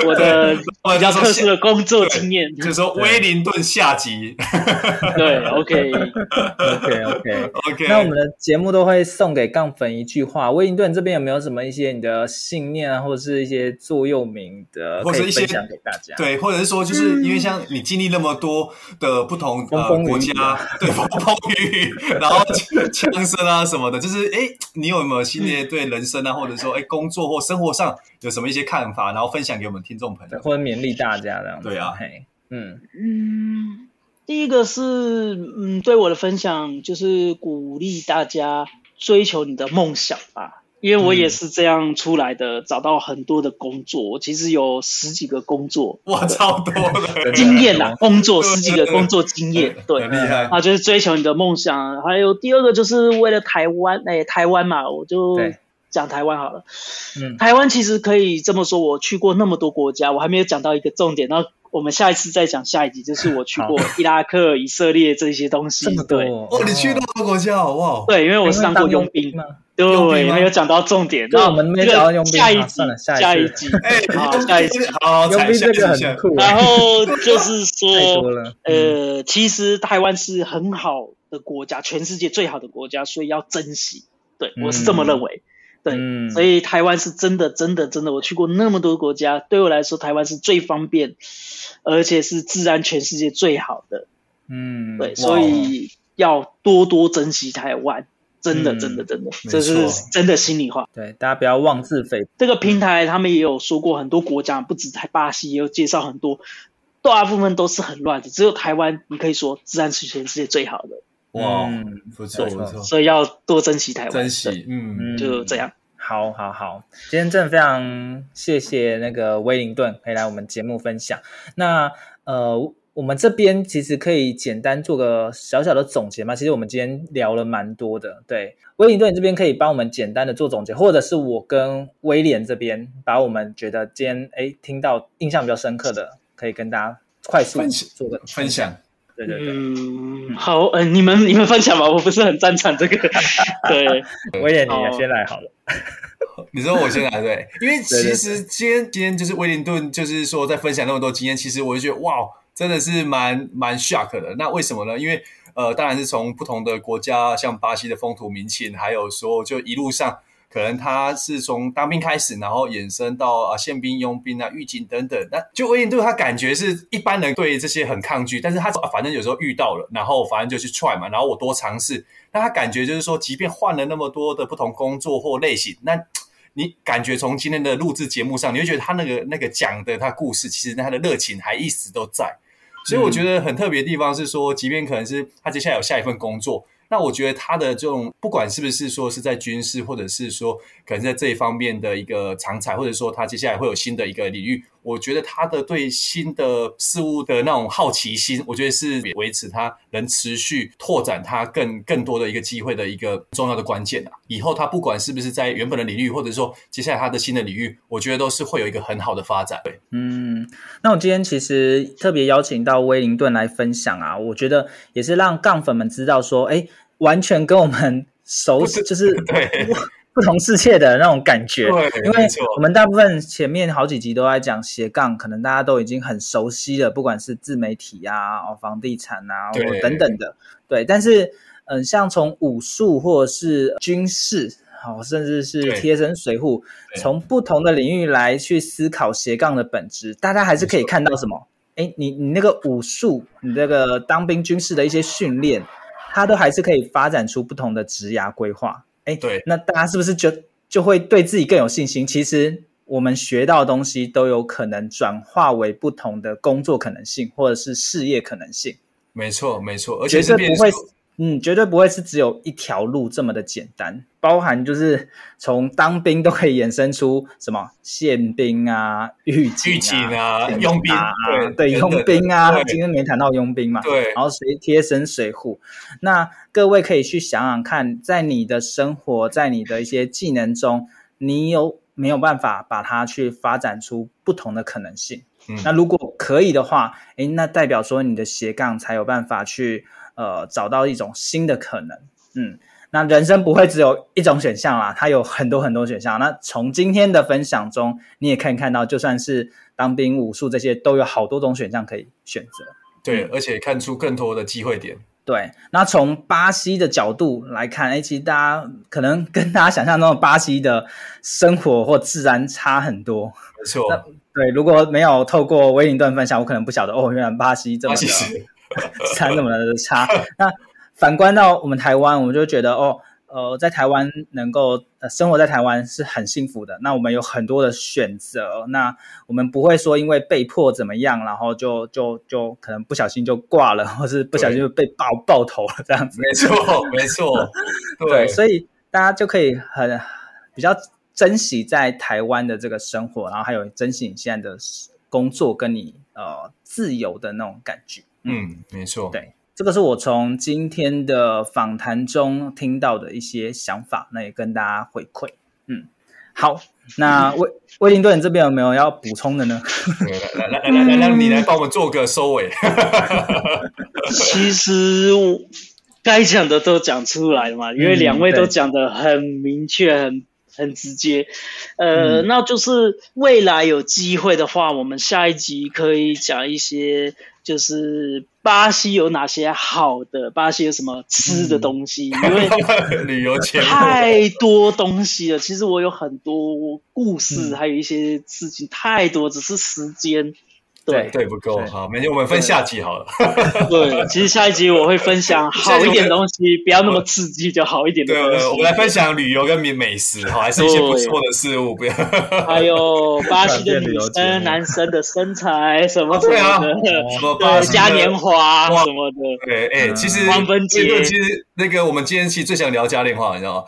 Speaker 2: 我的比较特殊的工作经验。
Speaker 5: 就是说威灵顿 下集。
Speaker 2: 对，OK，
Speaker 4: OK OK。
Speaker 5: OK，
Speaker 4: 那我们的节目都会送给杠粉一句话。威灵顿这边有没有什么一些你的信念啊，或者是一些座右铭的，
Speaker 5: 或
Speaker 4: 可
Speaker 5: 者
Speaker 4: 以
Speaker 5: 一些
Speaker 4: 分享给大家？
Speaker 5: 对，或者是说，就是因为像你经历那么多的不同
Speaker 4: 嗯风
Speaker 5: 呃
Speaker 4: 风雨雨
Speaker 5: 国家， 对风风雨雨， 然后枪声啊什么的，就是哎，你有没有新
Speaker 4: 嗯
Speaker 5: 的对人生啊，或者说哎工作或生活上有什么一些看法，然后分享给我们听众朋
Speaker 4: 对，
Speaker 5: 友？
Speaker 4: 或者勉励大家这样子。
Speaker 5: 对啊
Speaker 4: 嘿，嗯，
Speaker 2: 嗯，第一个是嗯，对我的分享就是鼓励大家追求你的梦想吧。因为我也是这样出来的，找到很多的工作，我其实有十几个工作
Speaker 5: 哇，超多 的，
Speaker 2: 经验啦，工作
Speaker 5: 对
Speaker 2: 十几个工作经验，对，
Speaker 5: 很厉 害。
Speaker 2: 啊，就是追求你的梦想。还有第二个就是为了台湾，哎、台湾嘛，我就
Speaker 4: 对
Speaker 2: 讲台湾好了。
Speaker 4: 嗯
Speaker 2: 台湾其实可以这么说，我去过那么多国家，我还没有讲到一个重点。然后我们下一次再讲下一集，就是我去过伊拉克、以色列这些东西
Speaker 4: 这么。多
Speaker 2: 对
Speaker 4: 哦
Speaker 5: 哦，你去那么多国家哦，哇哦！
Speaker 2: 对，因为我是当过佣兵，
Speaker 4: 吗？
Speaker 5: 佣
Speaker 2: 对，
Speaker 5: 兵吗
Speaker 2: 没有讲到重点。
Speaker 4: 对
Speaker 2: 那
Speaker 4: 我们没
Speaker 2: 这个
Speaker 4: 讲到佣兵
Speaker 2: 下一
Speaker 4: 好
Speaker 2: 集，
Speaker 4: 算了下一
Speaker 2: 下
Speaker 4: 次
Speaker 2: 一集，
Speaker 5: 哎，
Speaker 2: 好，下一集。
Speaker 5: 好，
Speaker 4: 佣
Speaker 5: 哦踩
Speaker 4: 兵
Speaker 5: 一下
Speaker 4: 这个
Speaker 5: 踩一下
Speaker 4: 很酷，
Speaker 2: 然后就是
Speaker 4: 太多
Speaker 2: 说，
Speaker 4: 了。嗯，
Speaker 2: 呃，其实台湾是很好的国家，全世界最好的国家，所以要珍惜。对，我是这么认为。
Speaker 4: 嗯
Speaker 2: 对，所以台湾是真的、真的、真的，我去过那么多国家，对我来说，台湾是最方便，而且是治安全世界最好的。
Speaker 4: 嗯，
Speaker 2: 对，所以要多多珍惜台湾。真的，
Speaker 4: 嗯
Speaker 2: 真的，真的，
Speaker 5: 没
Speaker 2: 这是
Speaker 5: 错
Speaker 2: 真的心里话。
Speaker 4: 对，大家不要妄自菲薄。
Speaker 2: 这个平台他们也有说过很多国家，不止台巴西，也有介绍很多，大部分都是很乱的，只有台湾你可以说治安是全世界最好的，
Speaker 5: 哇，
Speaker 4: 嗯
Speaker 5: 不错
Speaker 4: 没错
Speaker 5: 不错，
Speaker 2: 所以要多珍惜台湾，
Speaker 5: 珍惜，嗯，
Speaker 2: 对，
Speaker 4: 嗯，
Speaker 2: 就这样。
Speaker 4: 好好好，今天真的非常谢谢那个威灵顿可以来我们节目分享。那呃，我们这边其实可以简单做个小小的总结嘛。其实我们今天聊了蛮多的，对，威灵顿这边可以帮我们简单的做总结，或者是我跟威廉这边把我们觉得今天哎听到印象比较深刻的，可以跟大家快速
Speaker 5: 分享
Speaker 4: 做个
Speaker 5: 分享。
Speaker 4: 对对对，
Speaker 2: 嗯，好，嗯，你们你们分享吧，我不是很赞成 这个，对，哦
Speaker 4: 威廉你嗯
Speaker 2: 好
Speaker 4: 也先来好了，
Speaker 5: 你说我先来 对，因为
Speaker 4: 对
Speaker 5: 其实今天今天就是威灵顿，就是说在分享那么多经验，其实我就觉得哇，真的是蛮蛮 shock 的。那为什么呢？因为呃，当然是从不同的国家，像巴西的风土民情，还有说就一路上，可能他是从当兵开始，然后衍生到啊、呃宪兵、佣兵啊、狱警等等。那就威灵顿他感觉是一般人对这些很抗拒，但是他、啊反正有时候遇到了，然后反正就去 try 嘛，然后我多尝试，那他感觉就是说，即便换了那么多的不同工作或类型，那你感觉从今天的录制节目上，你会觉得他那个那个讲的他故事，其实他的热情还一直都在。所以我觉得很特别的地方是说，即便可能是他接下来有下一份工作，那我觉得他的这种不管是不是说是在军事，或者是说可能在这一方面的一个长才，或者说他接下来会有新的一个领域，我觉得他的对新的事物的那种好奇心，我觉得是维持他能持续拓展他更更多的一个机会的一个重要的关键啊。以后他不管是不是在原本的领域，或者说接下来他的新的领域，我觉得都是会有一个很好的发展。对，
Speaker 4: 嗯，那我今天其实特别邀请到威灵顿来分享啊，我觉得也是让杠粉们知道说，哎，完全跟我们熟，就是
Speaker 5: 对
Speaker 4: 不同世界的那种感觉。因
Speaker 5: 对，
Speaker 4: 为
Speaker 5: 没错，
Speaker 4: 我们大部分前面好几集都在讲斜杠，可能大家都已经很熟悉了，不管是自媒体啊、哦房地产啊，或
Speaker 5: 对
Speaker 4: 等等的，对。但是，嗯，像从武术或者是军事，好、甚至是
Speaker 5: 对
Speaker 4: 贴身随护，
Speaker 5: 对
Speaker 4: 从不同的领域来去思考斜杠的本质，大家还是可以看到什么？哎，你你那个武术，你那个当兵军事的一些训练，它都还是可以发展出不同的职涯规划。哎，
Speaker 5: 对
Speaker 4: 那大家是不是就就会对自己更有信心？其实我们学到的东西都有可能转化为不同的工作可能性，或者是事业可能性，
Speaker 5: 没错，没错，而且
Speaker 4: 绝
Speaker 5: 是
Speaker 4: 对
Speaker 5: 变
Speaker 4: 不
Speaker 5: 成
Speaker 4: 会，嗯，绝对不会是只有一条路这么的简单。包含就是从当兵都可以衍生出什么宪兵啊、狱警、
Speaker 5: 狱警啊、佣兵
Speaker 4: 啊，，
Speaker 5: 对
Speaker 4: 对，
Speaker 5: 真的
Speaker 4: 佣兵啊，今
Speaker 5: 对
Speaker 4: 天没谈到佣兵嘛，
Speaker 5: 对
Speaker 4: 然后谁贴身水户？那各位可以去想想看，在你的生活，在你的一些技能中，你有没有办法把它去发展出不同的可能性？
Speaker 5: 嗯
Speaker 4: 那如果可以的话，诶，那代表说你的斜杠才有办法去呃找到一种新的可能，嗯。那人生不会只有一种选项啦，它有很多很多选项。那从今天的分享中，你也可以看到，就算是当兵、武术这些，都有好多种选项可以选择。
Speaker 5: 对，
Speaker 4: 嗯
Speaker 5: 而且看出更多的机会点。
Speaker 4: 对，那从巴西的角度来看，哎，其实大家可能跟大家想象中的巴西的生活或治安差很多。
Speaker 5: 没错，
Speaker 4: 对，如果没有透过威灵顿分享，我可能不晓得哦，原来巴西这么
Speaker 5: 那
Speaker 4: 的
Speaker 5: 其 实
Speaker 4: 治安这么的差。那反观到我们台湾，我们就觉得哦，呃，在台湾能够呃生活在台湾是很幸福的。那我们有很多的选择，那我们不会说因为被迫怎么样，然后就就就可能不小心就挂了，或是不小心就被爆爆头了这样子。
Speaker 5: 没错，没错，
Speaker 4: 对，
Speaker 5: 对，
Speaker 4: 所以大家就可以很比较珍惜在台湾的这个生活，然后还有珍惜你现在的工作跟你呃自由的那种感觉。
Speaker 5: 嗯，没错，
Speaker 4: 对这个是我从今天的访谈中听到的一些想法，那也跟大家回馈。嗯，好，那威威灵顿这边有没有要补充的呢？
Speaker 5: 来来来来来，让你来帮我们做个收尾。
Speaker 2: 其实我该讲的都讲出来了嘛，因为
Speaker 4: 嗯
Speaker 2: 两位都讲的很明确、很很直接。呃，
Speaker 4: 嗯
Speaker 2: 那就是未来有机会的话，我们下一集可以讲一些，就是巴西有哪些好的，巴西有什么吃
Speaker 4: 嗯
Speaker 2: 的东西，因为 啊
Speaker 5: 旅游前
Speaker 2: 太多东西了。其实我有很多故事，
Speaker 5: 嗯
Speaker 2: 还有一些事情太多，只是时间。对
Speaker 5: 对不够，好，明天我们分下集好了。
Speaker 2: 对，其实下一集我会分享好一点东西，不要那么刺激，就好一点的
Speaker 5: 对，
Speaker 2: 东
Speaker 5: 我
Speaker 2: 西。
Speaker 5: 们我们来分享旅游跟美美食，好，还是一些不错的事物，不要。
Speaker 2: 还有巴西的
Speaker 4: 旅
Speaker 2: 女
Speaker 4: 游节
Speaker 2: 生、
Speaker 4: 目
Speaker 2: 男生的身材什么什
Speaker 5: 对啊
Speaker 2: 么的，
Speaker 5: 什么巴
Speaker 2: 对
Speaker 5: 西的
Speaker 2: 嘉年华
Speaker 5: 哇
Speaker 2: 什么的，
Speaker 5: 对，哎，其实
Speaker 2: 黄文杰
Speaker 5: 这个其实那个我们今天其实最想聊嘉年华，你知道吗？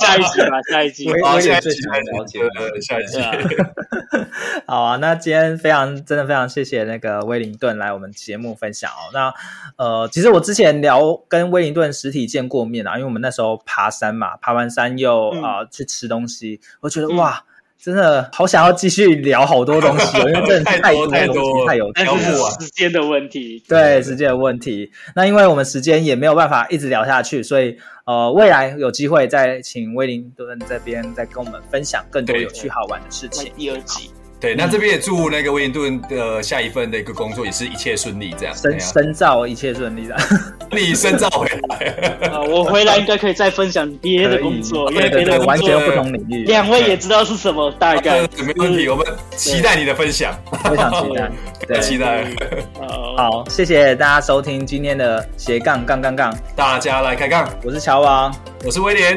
Speaker 2: 下一集吧，下一集。
Speaker 4: 我
Speaker 5: 好，
Speaker 4: 我
Speaker 5: 下
Speaker 4: 也
Speaker 5: 一集
Speaker 4: 最想了解
Speaker 5: 对对对下一集
Speaker 2: 对。啊，
Speaker 4: 好啊，那今天非常真的非常谢谢那个威灵顿来我们节目分享哦。那呃，其实我之前聊跟威灵顿实体见过面啊，因为我们那时候爬山嘛，爬完山又
Speaker 2: 嗯
Speaker 4: 啊、呃去吃东西，我觉得、
Speaker 2: 嗯
Speaker 4: 哇，真的好想要继续聊好多东西、 哦，因为真的
Speaker 5: 太
Speaker 4: 太
Speaker 5: 多
Speaker 4: 多
Speaker 5: 太
Speaker 4: 东
Speaker 5: 多了
Speaker 4: 西太有趣
Speaker 2: 但
Speaker 5: 聊不完
Speaker 2: 是时间的问 题。
Speaker 4: 对时间的问题。那因为我们时间也没有办法一直聊下去，所以呃，未来有机会再请威灵顿这边再跟我们分享更多
Speaker 5: 对
Speaker 4: 有趣好玩的事
Speaker 2: 那
Speaker 5: 啊
Speaker 4: 情。
Speaker 2: 第二集，
Speaker 5: 对，那这边也祝那个威灵顿的下一份的一个工作也是一切顺利，这样。
Speaker 4: 深
Speaker 5: 哎呀
Speaker 4: 深造一切顺利的。
Speaker 5: 你深造回来。
Speaker 2: 啊，我回来应该可以再分享别的工作，因为
Speaker 4: 对对
Speaker 2: 别的
Speaker 4: 对，
Speaker 2: 工
Speaker 4: 完
Speaker 2: 作
Speaker 4: 全不同领 域，
Speaker 2: 两位也知道是什么，大概
Speaker 5: 啊没问题，我们期待你的分享，
Speaker 4: 非常期待。
Speaker 5: 很期
Speaker 4: 对，
Speaker 5: 待
Speaker 2: 嗯好，
Speaker 4: 好，谢谢大家收听今天的斜杠杠杠杠，
Speaker 5: 大家来开杠。
Speaker 4: 我是乔王，
Speaker 5: 我是威廉，